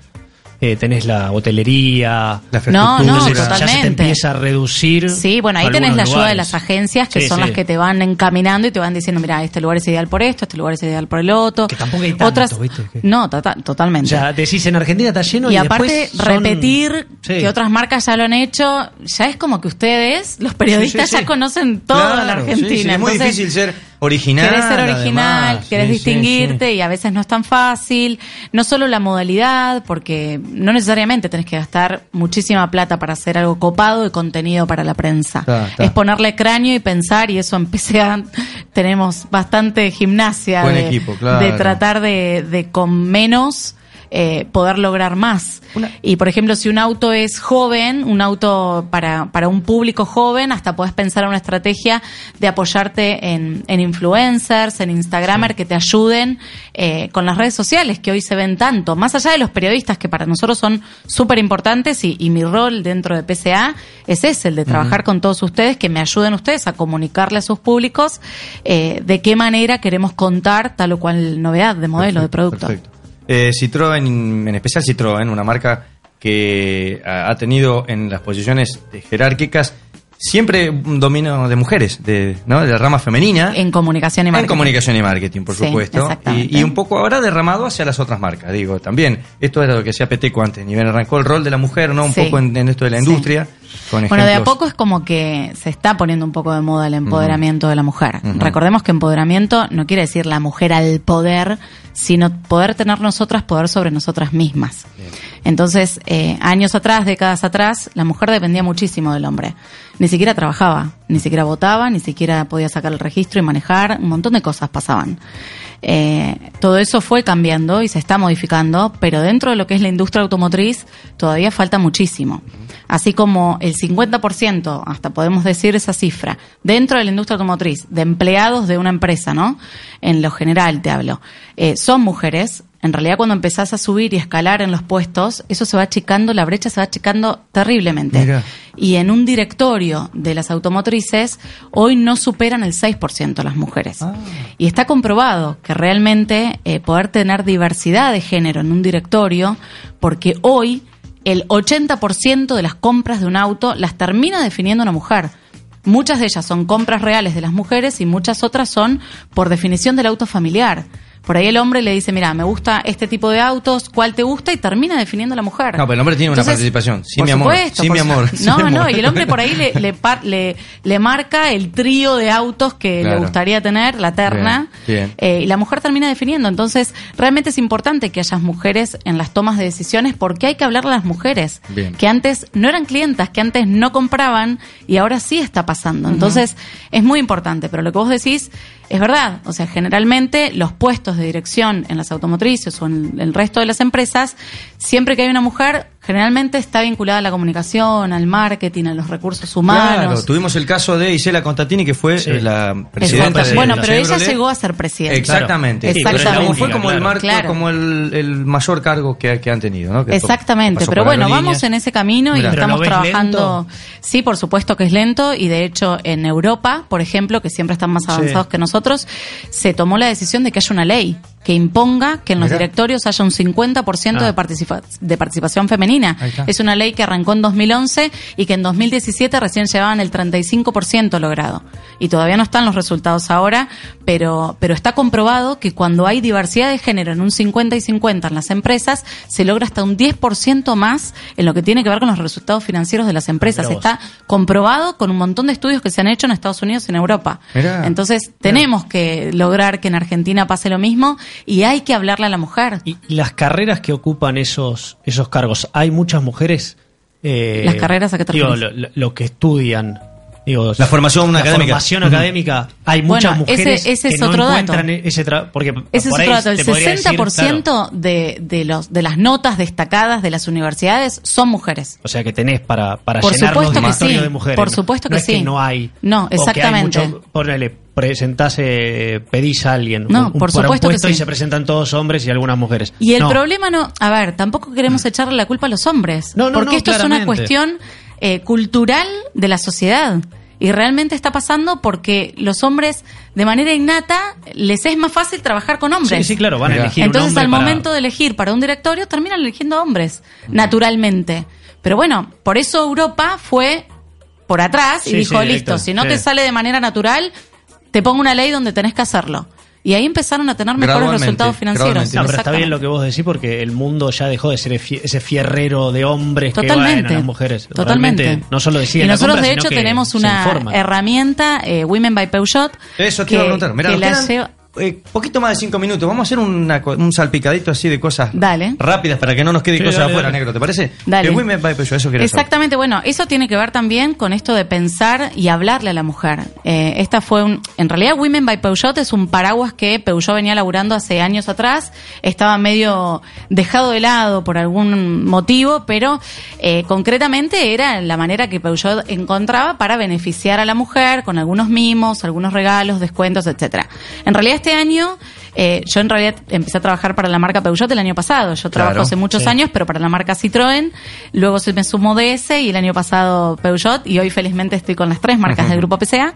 Speaker 9: eh, tenés la hotelería.
Speaker 5: La
Speaker 6: No, no,
Speaker 5: infraestructura.
Speaker 9: Entonces, Ya se te
Speaker 6: totalmente.
Speaker 9: empieza a reducir.
Speaker 6: Sí, bueno, ahí tenés
Speaker 9: algunos
Speaker 6: la ayuda de
Speaker 9: lugares.
Speaker 6: las agencias que
Speaker 9: Sí,
Speaker 6: son
Speaker 9: sí.
Speaker 6: las que te van encaminando y te van diciendo, mira, este lugar es ideal por esto, este lugar es ideal por el otro.
Speaker 9: Que tampoco hay tanto,
Speaker 6: Otras,
Speaker 9: ¿viste? Que-
Speaker 6: No, tota-
Speaker 9: O
Speaker 6: totalmente.
Speaker 9: sea, decís en Argentina está lleno
Speaker 6: y,
Speaker 9: y,
Speaker 6: aparte,
Speaker 9: después son-
Speaker 6: repetir
Speaker 9: Sí.
Speaker 6: que otras marcas ya lo han hecho, ya es como que ustedes, los periodistas,
Speaker 5: Sí, sí, sí.
Speaker 6: ya conocen toda
Speaker 5: Claro,
Speaker 6: la
Speaker 5: sí,
Speaker 6: Argentina.
Speaker 5: sí, es muy
Speaker 6: Entonces,
Speaker 5: difícil ser original.
Speaker 6: Querés ser original,
Speaker 5: además.
Speaker 6: querés
Speaker 5: Sí, sí,
Speaker 6: distinguirte
Speaker 5: sí.
Speaker 6: y a veces no es tan fácil. No solo la modalidad, porque no necesariamente tenés que gastar muchísima plata para hacer algo copado y contenido para la prensa.
Speaker 5: Ta, ta.
Speaker 6: Es ponerle cráneo y pensar, y eso empecé a... Tenemos bastante gimnasia
Speaker 5: Buen
Speaker 6: de,
Speaker 5: equipo, claro.
Speaker 6: de tratar de, de con menos... eh, poder lograr más.
Speaker 8: Una-
Speaker 6: Y por ejemplo, si un auto es joven, un auto para, para un público joven, hasta podés pensar en una estrategia de apoyarte en, en influencers, en Instagramer, que te ayuden eh, con las redes sociales que hoy se ven tanto. Más allá de los periodistas, que para nosotros son súper importantes, y, y mi rol dentro de PCA es ese, el de trabajar con todos ustedes, que me ayuden ustedes a comunicarle a sus públicos eh, de qué manera queremos contar tal o cual novedad de modelo, de producto.
Speaker 5: Perfecto. Eh, Citroën, en especial Citroën, una marca que ah, ha ha tenido en las posiciones eh, jerárquicas siempre un dominio de mujeres, de, ¿no? de la rama femenina.
Speaker 6: En comunicación y marketing.
Speaker 5: En comunicación y marketing, por
Speaker 6: Sí,
Speaker 5: supuesto.
Speaker 6: exactamente.
Speaker 5: Y, y un poco ahora derramado hacia las otras marcas, digo, también. Esto era lo que hacía Peteco antes, nivel arrancó el rol de la mujer, ¿no? Un
Speaker 6: Sí.
Speaker 5: poco en, en esto de la
Speaker 6: Sí.
Speaker 5: industria. Con
Speaker 6: Bueno, de a
Speaker 5: ejemplos.
Speaker 6: poco es como que se está poniendo un poco de moda el empoderamiento de la mujer.
Speaker 5: Ujú.
Speaker 6: Recordemos que empoderamiento no quiere decir la mujer al poder, sino poder tener nosotras poder sobre nosotras mismas. Entonces, eh, años atrás, décadas atrás, la mujer dependía muchísimo del hombre. Ni siquiera trabajaba, ni siquiera votaba, ni siquiera podía sacar el registro y manejar, un montón de cosas pasaban. Eh, todo eso fue cambiando y se está modificando, pero dentro de lo que es la industria automotriz todavía falta muchísimo. Así como el 50%, hasta podemos decir esa cifra, dentro de la industria automotriz, de empleados de una empresa, ¿no? En lo general te hablo, eh, son mujeres. En realidad cuando empezás a subir y escalar en los puestos, eso se va achicando, la brecha se va achicando terriblemente.
Speaker 5: Mirá.
Speaker 6: Y en un directorio de las automotrices, hoy no superan el 6% las mujeres. Y está comprobado que realmente eh, poder tener diversidad de género en un directorio, porque hoy el 80% de las compras de un auto las termina definiendo una mujer. Muchas de ellas son compras reales de las mujeres y muchas otras son por definición del auto familiar. Por ahí el hombre le dice, mira, me gusta este tipo de autos, ¿cuál te gusta? Y termina definiendo la mujer.
Speaker 5: No, pero el hombre tiene una participación. Sí,
Speaker 6: por
Speaker 5: mi amor.
Speaker 6: supuesto,
Speaker 5: Sí,
Speaker 6: por
Speaker 5: mi
Speaker 6: su-
Speaker 5: amor. Sí,
Speaker 6: No,
Speaker 5: mi amor.
Speaker 6: no, y el hombre por ahí le, le, par- le, le marca el trío de autos que
Speaker 5: Claro.
Speaker 6: le gustaría tener, la terna.
Speaker 5: Bien, bien.
Speaker 6: Eh, y la mujer termina definiendo. Entonces, realmente es importante que haya mujeres en las tomas de decisiones porque hay que hablarle a las mujeres
Speaker 5: Bien.
Speaker 6: que antes no eran clientas, que antes no compraban y ahora sí está pasando. Entonces, es muy importante, pero lo que vos decís es verdad. O sea, generalmente los puestos de dirección en las automotrices o en el resto de las empresas, siempre que hay una mujer, generalmente está vinculada a la comunicación, al marketing, a los recursos humanos.
Speaker 5: Claro, tuvimos el caso de Isela Contatini, que fue eh, la presidenta
Speaker 6: Exacto.
Speaker 5: de
Speaker 6: Bueno,
Speaker 5: la
Speaker 6: pero ella
Speaker 5: Chevrolet.
Speaker 6: llegó a ser presidenta.
Speaker 5: Exactamente.
Speaker 6: Sí, pero es la
Speaker 5: Como Fue
Speaker 6: única,
Speaker 5: como el
Speaker 6: claro.
Speaker 5: marco,
Speaker 6: Claro.
Speaker 5: como el, el mayor cargo que, que han tenido, ¿no? Que to-
Speaker 6: Exactamente,
Speaker 5: pasó
Speaker 6: pero
Speaker 5: por
Speaker 6: bueno,
Speaker 5: aerolíneas.
Speaker 6: vamos en ese camino y
Speaker 5: Mirá.
Speaker 9: Pero
Speaker 6: estamos
Speaker 9: ¿lo ves
Speaker 6: trabajando. Sí, por supuesto que es lento y de hecho en Europa, por ejemplo, que siempre están más avanzados que nosotros, se tomó la decisión de que haya una ley que imponga que en los
Speaker 5: Mirá. Ah.
Speaker 6: directorios haya un 50% de, participa- de participación femenina.
Speaker 5: Ahí está.
Speaker 6: Es una ley que arrancó en 2011 y que en 2017 recién llevaban el 35% logrado. Y todavía no están los resultados ahora, pero, pero está comprobado que cuando hay diversidad de género en un 50 y 50 en las empresas, se logra hasta un 10% más en lo que tiene que ver con los resultados financieros de las empresas.
Speaker 9: Mirá vos.
Speaker 6: Está comprobado con un montón de estudios que se han hecho en Estados Unidos y en Europa.
Speaker 5: Mirá.
Speaker 6: Entonces, tenemos que lograr que en Argentina pase lo mismo y hay que hablarle a la mujer.
Speaker 9: Y y las carreras que ocupan esos, esos cargos, ¿hay muchas mujeres? Eh,
Speaker 6: ¿Las carreras a qué te
Speaker 9: digo, lo,
Speaker 6: referís?
Speaker 9: lo- lo que estudian. Digo,
Speaker 5: La formación
Speaker 9: la
Speaker 5: académica.
Speaker 9: formación
Speaker 5: Ujú.
Speaker 9: académica. Hay
Speaker 6: Bueno,
Speaker 9: muchas
Speaker 6: ese-
Speaker 9: mujeres
Speaker 6: ese es
Speaker 9: que
Speaker 6: otro
Speaker 9: no
Speaker 6: dato.
Speaker 9: encuentran ese trabajo. Porque
Speaker 6: Ese es
Speaker 9: por
Speaker 6: otro
Speaker 9: ahí
Speaker 6: dato. El
Speaker 9: te podría decir,
Speaker 6: 60%
Speaker 9: claro,
Speaker 6: de, de, los, de las notas destacadas de las universidades son mujeres.
Speaker 9: o sea que tenés para, para
Speaker 6: Por
Speaker 9: llenarnos
Speaker 6: supuesto
Speaker 9: de
Speaker 6: que
Speaker 9: historia
Speaker 6: sí,
Speaker 9: de mujeres.
Speaker 6: por
Speaker 9: ¿no?
Speaker 6: supuesto
Speaker 9: No
Speaker 6: que
Speaker 9: es que
Speaker 6: sí.
Speaker 9: no hay.
Speaker 6: No,
Speaker 9: o que hay
Speaker 6: exactamente.
Speaker 9: mucho- ponele, presentás, eh, pedís a alguien
Speaker 6: No,
Speaker 9: un- un-
Speaker 6: por
Speaker 9: para un
Speaker 6: supuesto que
Speaker 9: puesto
Speaker 6: sí.
Speaker 9: y se presentan todos hombres y algunas mujeres.
Speaker 6: Y el
Speaker 9: No. Mm.
Speaker 6: problema no, a ver, tampoco queremos echarle la culpa a los hombres,
Speaker 9: No, no,
Speaker 6: porque
Speaker 9: no,
Speaker 6: esto es una
Speaker 9: claramente.
Speaker 6: cuestión eh, cultural de la sociedad. Y realmente está pasando porque los hombres, de manera innata, les es más fácil trabajar con hombres.
Speaker 9: Sí, sí, claro, van a
Speaker 5: Mirá.
Speaker 9: elegir un
Speaker 6: Entonces,
Speaker 9: hombre
Speaker 6: al
Speaker 9: para- Mm.
Speaker 6: momento de elegir para un directorio, terminan eligiendo hombres, naturalmente. Pero bueno, por eso Europa fue por atrás y
Speaker 9: Sí,
Speaker 6: dijo,
Speaker 9: sí,
Speaker 6: listo,
Speaker 9: directo,
Speaker 6: si no
Speaker 9: sí.
Speaker 6: te sale de manera natural, te pongo una ley donde tenés que hacerlo. Y ahí empezaron a tener mejores
Speaker 5: Gradualmente,
Speaker 6: resultados financieros.
Speaker 5: gradualmente.
Speaker 9: No, pero está bien
Speaker 6: Exactamente.
Speaker 9: lo que vos decís porque el mundo ya dejó de ser fie- ese fierrero de hombres que
Speaker 6: Totalmente.
Speaker 9: van a las mujeres.
Speaker 6: Totalmente.
Speaker 9: Realmente no solo deciden
Speaker 6: Y
Speaker 9: la
Speaker 6: nosotros,
Speaker 9: compra,
Speaker 6: de
Speaker 9: sino
Speaker 6: hecho,
Speaker 9: que
Speaker 6: tenemos
Speaker 9: se
Speaker 6: una
Speaker 9: informan.
Speaker 6: herramienta, eh, Women by Peugeot.
Speaker 5: Eso te iba a preguntar. Mirá,
Speaker 6: que
Speaker 5: nos
Speaker 6: la
Speaker 5: quedan
Speaker 6: lleva-
Speaker 5: eh, poquito más de cinco minutos. Vamos a hacer una co- un salpicadito así de cosas
Speaker 6: Dale.
Speaker 5: rápidas para que no nos quede
Speaker 9: Sí,
Speaker 5: cosas
Speaker 9: dale,
Speaker 5: afuera,
Speaker 9: dale.
Speaker 5: negro. ¿Te parece?
Speaker 6: Dale.
Speaker 5: Que Women by Peugeot, eso quería saber.
Speaker 6: Exactamente, bueno, eso tiene que ver también con esto de pensar y hablarle a la mujer. Eh, esta fue un, en realidad Women by Peugeot es un paraguas que Peugeot venía laburando hace años atrás, estaba medio dejado de lado por algún motivo, pero eh, concretamente era la manera que Peugeot encontraba para beneficiar a la mujer con algunos mimos, algunos regalos, descuentos, etcétera. En realidad este año eh, yo en realidad empecé a trabajar para la marca Peugeot el año pasado. Yo trabajo
Speaker 8: Claro.
Speaker 6: hace muchos años, pero para la marca Citroën. Luego se me sumó DS y el año pasado Peugeot. Y hoy felizmente estoy con las tres marcas del grupo PCA.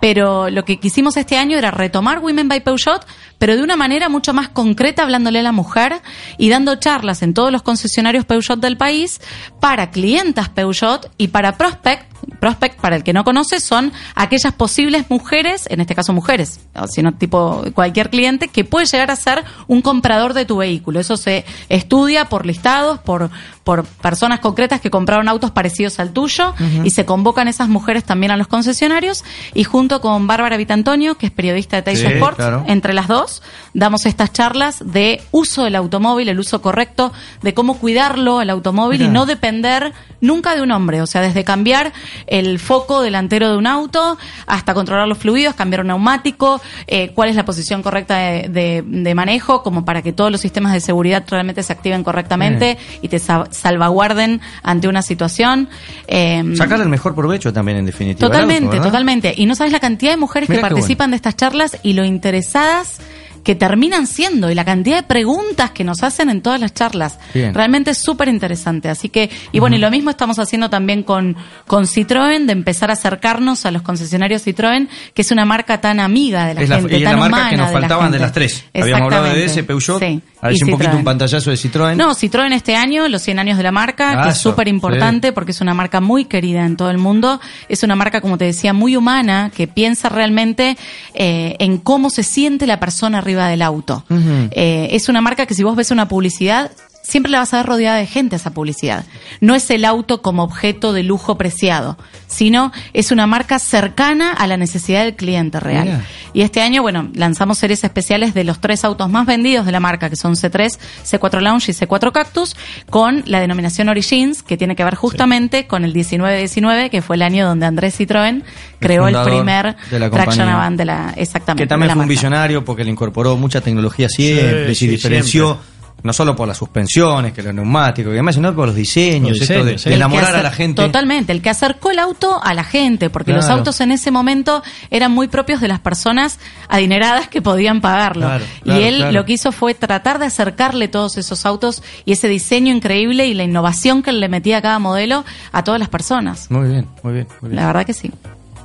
Speaker 6: Pero lo que quisimos este año era retomar Women by Peugeot, pero de una manera mucho más concreta, hablándole a la mujer y dando charlas en todos los concesionarios Peugeot del país para clientas Peugeot y para prospect Prospect, para el que no conoce, son aquellas posibles mujeres, en este caso mujeres, o sino tipo cualquier cliente, que puede llegar a ser un comprador de tu vehículo. Eso se estudia por listados, por, por personas concretas que compraron autos parecidos al tuyo y se convocan esas mujeres también a los concesionarios. Y junto con Bárbara Vitantonio, que es periodista de Tyson
Speaker 5: Sí,
Speaker 6: Sports,
Speaker 5: claro.
Speaker 6: entre las dos, damos estas charlas de uso del automóvil, el uso correcto, de cómo cuidarlo el automóvil y no depender nunca de un hombre. O sea, desde cambiar el foco delantero de un auto hasta controlar los fluidos, cambiar un neumático, eh, cuál es la posición correcta de, de- de manejo, como para que todos los sistemas de seguridad realmente se activen correctamente y te sa- salvaguarden ante una situación. Em,
Speaker 5: Sacarle el mejor provecho también, en definitiva. al auto,
Speaker 6: Totalmente,
Speaker 5: ¿verdad?
Speaker 6: totalmente. Y no sabes la cantidad de mujeres
Speaker 5: Mirá
Speaker 6: que
Speaker 5: qué
Speaker 6: participan de estas charlas y lo interesadas que terminan siendo y la cantidad de preguntas que nos hacen en todas las charlas.
Speaker 5: Bien.
Speaker 6: Realmente es súper interesante. Así que, y bueno, y lo mismo estamos haciendo también con, con Citroën, de empezar a acercarnos a los concesionarios Citroën, que es una marca tan amiga de la
Speaker 5: Es la,
Speaker 6: gente,
Speaker 5: y es
Speaker 6: tan
Speaker 5: la marca
Speaker 6: humana
Speaker 5: que nos
Speaker 6: de la
Speaker 5: faltaban de,
Speaker 6: gente.
Speaker 5: las tres. Habíamos hablado de
Speaker 6: Exactamente.
Speaker 5: ese Peugeot.
Speaker 6: Sí.
Speaker 5: A
Speaker 6: Y
Speaker 5: un poquito
Speaker 6: Citroën.
Speaker 5: un pantallazo de Citroën.
Speaker 6: No, Citroën este año, los 100 años de la marca,
Speaker 5: Ah,
Speaker 6: que es
Speaker 5: eso,
Speaker 6: súper importante porque es una marca muy querida en todo el mundo. Es una marca, como te decía, muy humana, que piensa realmente eh, en cómo se siente la persona arriba del auto. Eh, es una marca que si vos ves una publicidad... Siempre la vas a ver rodeada de gente esa publicidad. No es el auto como objeto de lujo preciado, sino es una marca cercana a la necesidad del cliente real.
Speaker 5: Mira.
Speaker 6: Y este año, bueno, lanzamos series especiales de los tres autos más vendidos de la marca, que son C3, C4 Lounge y C4 Cactus, con la denominación Origins, que tiene que ver justamente con el 1919, que fue el año donde Andrés Citroën creó el,
Speaker 5: fundador
Speaker 6: primer
Speaker 5: de la
Speaker 6: Traction
Speaker 5: compañía.
Speaker 6: Avant de la, exactamente.
Speaker 5: que
Speaker 6: de
Speaker 5: también
Speaker 6: la
Speaker 5: fue un
Speaker 6: marca.
Speaker 5: visionario porque le incorporó mucha tecnología siempre
Speaker 9: Sí,
Speaker 5: y se
Speaker 9: sí,
Speaker 5: diferenció no solo por las suspensiones, que los neumáticos y demás, sino por los diseños,
Speaker 9: Los
Speaker 5: esto de,
Speaker 9: diseños,
Speaker 5: de
Speaker 9: sí.
Speaker 6: El que
Speaker 5: enamorar a
Speaker 6: acer-
Speaker 5: la gente.
Speaker 6: Totalmente, el que acercó el auto a la gente, porque los
Speaker 5: Claro.
Speaker 6: autos en ese momento eran muy propios de las personas adineradas que podían pagarlo.
Speaker 5: Claro, claro,
Speaker 6: y él
Speaker 5: claro.
Speaker 6: lo que hizo fue tratar de acercarle todos esos autos y ese diseño increíble y la innovación que le metía a cada modelo a todas las personas.
Speaker 5: Muy bien, muy bien, muy bien.
Speaker 6: La verdad que sí.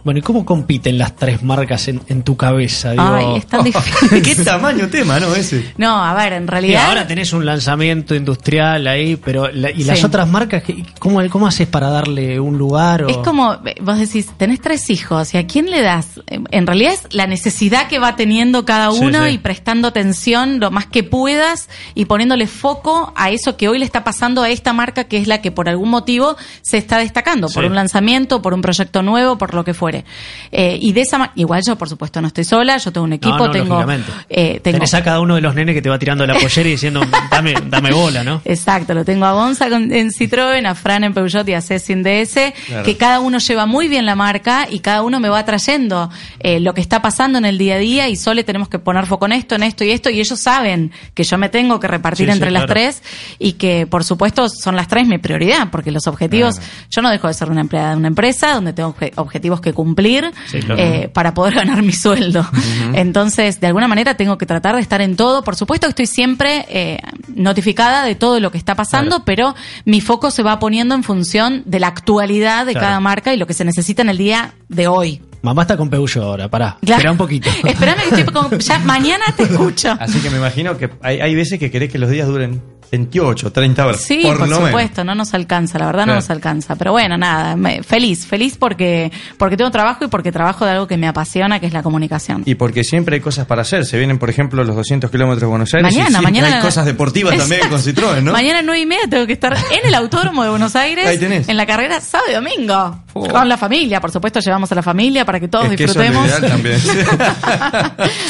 Speaker 9: Bueno, ¿y cómo compiten las tres marcas en, en tu cabeza? Digo,
Speaker 6: Ay, es tan
Speaker 5: ¿De
Speaker 6: difícil.
Speaker 5: qué tamaño tema, no? Ese.
Speaker 6: No, a ver, en
Speaker 9: Mira,
Speaker 6: realidad...
Speaker 9: ahora tenés un lanzamiento industrial ahí, pero la- ¿y las
Speaker 6: Sí.
Speaker 9: otras marcas? qué- ¿cómo, ¿Cómo haces para darle un lugar? o-
Speaker 6: Es como, eh, vos decís, tenés tres hijos, ¿y a quién le das? Eh, En realidad es la necesidad que va teniendo cada
Speaker 9: Sí,
Speaker 6: uno
Speaker 9: sí.
Speaker 6: y prestando atención lo más que puedas y poniéndole foco a eso que hoy le está pasando a esta marca que es la que por algún motivo se está destacando, por
Speaker 9: Sí.
Speaker 6: un lanzamiento, por un proyecto nuevo, por lo que fuere. Eh, y de esa ma- igual yo por supuesto no estoy sola, yo tengo un equipo,
Speaker 9: no, no,
Speaker 6: tengo,
Speaker 9: lógicamente.
Speaker 6: eh, tengo
Speaker 9: Tenés a cada uno de los nenes que te va tirando la pollera y diciendo, dame, dame bola, ¿no?
Speaker 6: Exacto, lo tengo a Gonza con- en Citroën, a Fran en Peugeot y a Ceci en DS, que cada uno lleva muy bien la marca y cada uno me va trayendo eh, lo que está pasando en el día a día y solo tenemos que poner foco en esto, en esto y esto y ellos saben que yo me tengo que repartir
Speaker 9: Sí, sí,
Speaker 6: entre las
Speaker 9: claro.
Speaker 6: tres y que por supuesto son las tres mi prioridad porque los objetivos, yo no dejo de ser una empleada de una empresa donde tengo obje- objetivos que cumplir
Speaker 9: Sí, claro.
Speaker 6: eh, para poder ganar mi sueldo. Entonces, de alguna manera tengo que tratar de estar en todo. Por supuesto que estoy siempre eh, notificada de todo lo que está pasando, pero mi foco se va poniendo en función de la actualidad de
Speaker 9: Claro.
Speaker 6: cada marca y lo que se necesita en el día de hoy.
Speaker 9: Mamá está con Peugeot ahora, pará.
Speaker 6: Claro.
Speaker 9: Esperá un poquito.
Speaker 6: Esperame que estoy como- ya mañana te escucho.
Speaker 5: Así que me imagino que hay, hay veces que querés que los días duren 28, 30 horas.
Speaker 6: Sí,
Speaker 5: por
Speaker 6: por,
Speaker 5: lo menos.
Speaker 6: supuesto, no nos alcanza, la verdad
Speaker 5: Claro.
Speaker 6: no nos alcanza. Pero bueno, nada, me- feliz, feliz porque, porque tengo trabajo y porque trabajo de algo que me apasiona, que es la comunicación.
Speaker 5: Y porque siempre hay cosas para hacer. Se vienen, por ejemplo, los 200 kilómetros de Buenos Aires. y
Speaker 6: Mañana,
Speaker 5: siempre
Speaker 6: mañana.
Speaker 5: Hay cosas deportivas también con
Speaker 6: Exacto.
Speaker 5: Citroën, ¿no?
Speaker 6: Mañana a nueve y media tengo que estar en el Autódromo de Buenos Aires.
Speaker 5: Ahí tenés.
Speaker 6: En la carrera sábado y domingo. Con la familia, por supuesto, llevamos a la familia para que todos
Speaker 5: Es que eso es lo
Speaker 6: disfrutemos.
Speaker 5: ideal también.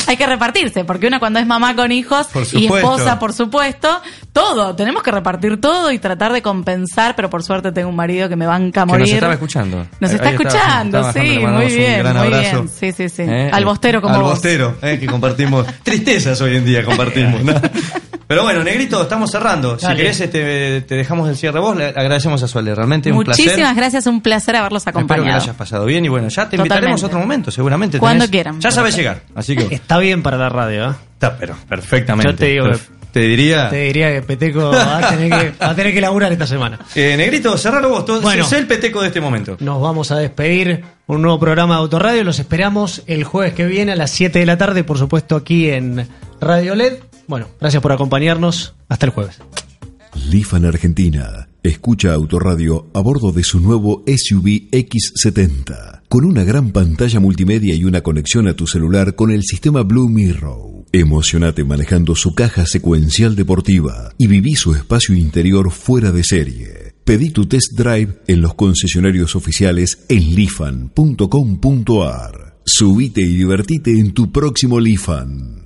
Speaker 6: Hay que repartirse, porque una cuando es mamá con hijos
Speaker 5: Por
Speaker 6: y
Speaker 5: supuesto.
Speaker 6: esposa, por supuesto, todo, tenemos que repartir todo y tratar de compensar, pero por suerte tengo un marido que me banca a
Speaker 5: Que nos
Speaker 6: morir.
Speaker 5: estaba escuchando.
Speaker 6: Nos
Speaker 5: Ahí
Speaker 6: está
Speaker 5: estaba,
Speaker 6: escuchando,
Speaker 5: estaba bajando, le
Speaker 6: sí,
Speaker 5: mandamos
Speaker 6: muy
Speaker 5: un
Speaker 6: bien,
Speaker 5: gran
Speaker 6: muy
Speaker 5: abrazo.
Speaker 6: bien. Sí, sí, sí.
Speaker 5: ¿Eh?
Speaker 6: Al bostero como
Speaker 5: Al
Speaker 6: vos.
Speaker 5: bostero, eh, que compartimos. Tristezas hoy en día compartimos. ¿no? Pero bueno, Negrito, estamos cerrando. Si
Speaker 9: Dale.
Speaker 5: querés, este, te dejamos el cierre vos. Le agradecemos a Sole, realmente un placer.
Speaker 6: Muchísimas gracias, un placer haberlos
Speaker 5: Espero que lo
Speaker 6: acompañado.
Speaker 5: hayas pasado bien y bueno, ya te invitaremos
Speaker 6: Totalmente.
Speaker 5: a otro momento, seguramente.
Speaker 6: Cuando
Speaker 5: tenés-
Speaker 6: quieran.
Speaker 5: Ya sabes llegar, así que
Speaker 9: Está bien para la radio, ¿eh?
Speaker 5: está, pero perfectamente.
Speaker 9: Yo te digo
Speaker 5: Perf- te diría.
Speaker 9: Te diría que Peteco va a tener que, va a tener que laburar esta semana.
Speaker 5: Eh, negrito, cerralo vos. Todo,
Speaker 9: Bueno.
Speaker 5: sé el peteco de este momento.
Speaker 9: Nos vamos a despedir. Un nuevo programa de Autorradio. Los esperamos el jueves que viene a las 7 de la tarde, por supuesto, aquí en Radio LED. Bueno, gracias por acompañarnos. Hasta el jueves.
Speaker 1: Lifan Argentina. Escucha Autoradio a bordo de su nuevo SUV X70. Con una gran pantalla multimedia y una conexión a tu celular con el sistema Blue Mirror. Emocionate manejando su caja secuencial deportiva y viví su espacio interior fuera de serie. Pedí tu test drive en los concesionarios oficiales en lifan.com.ar. Subite y divertite en tu próximo Lifan.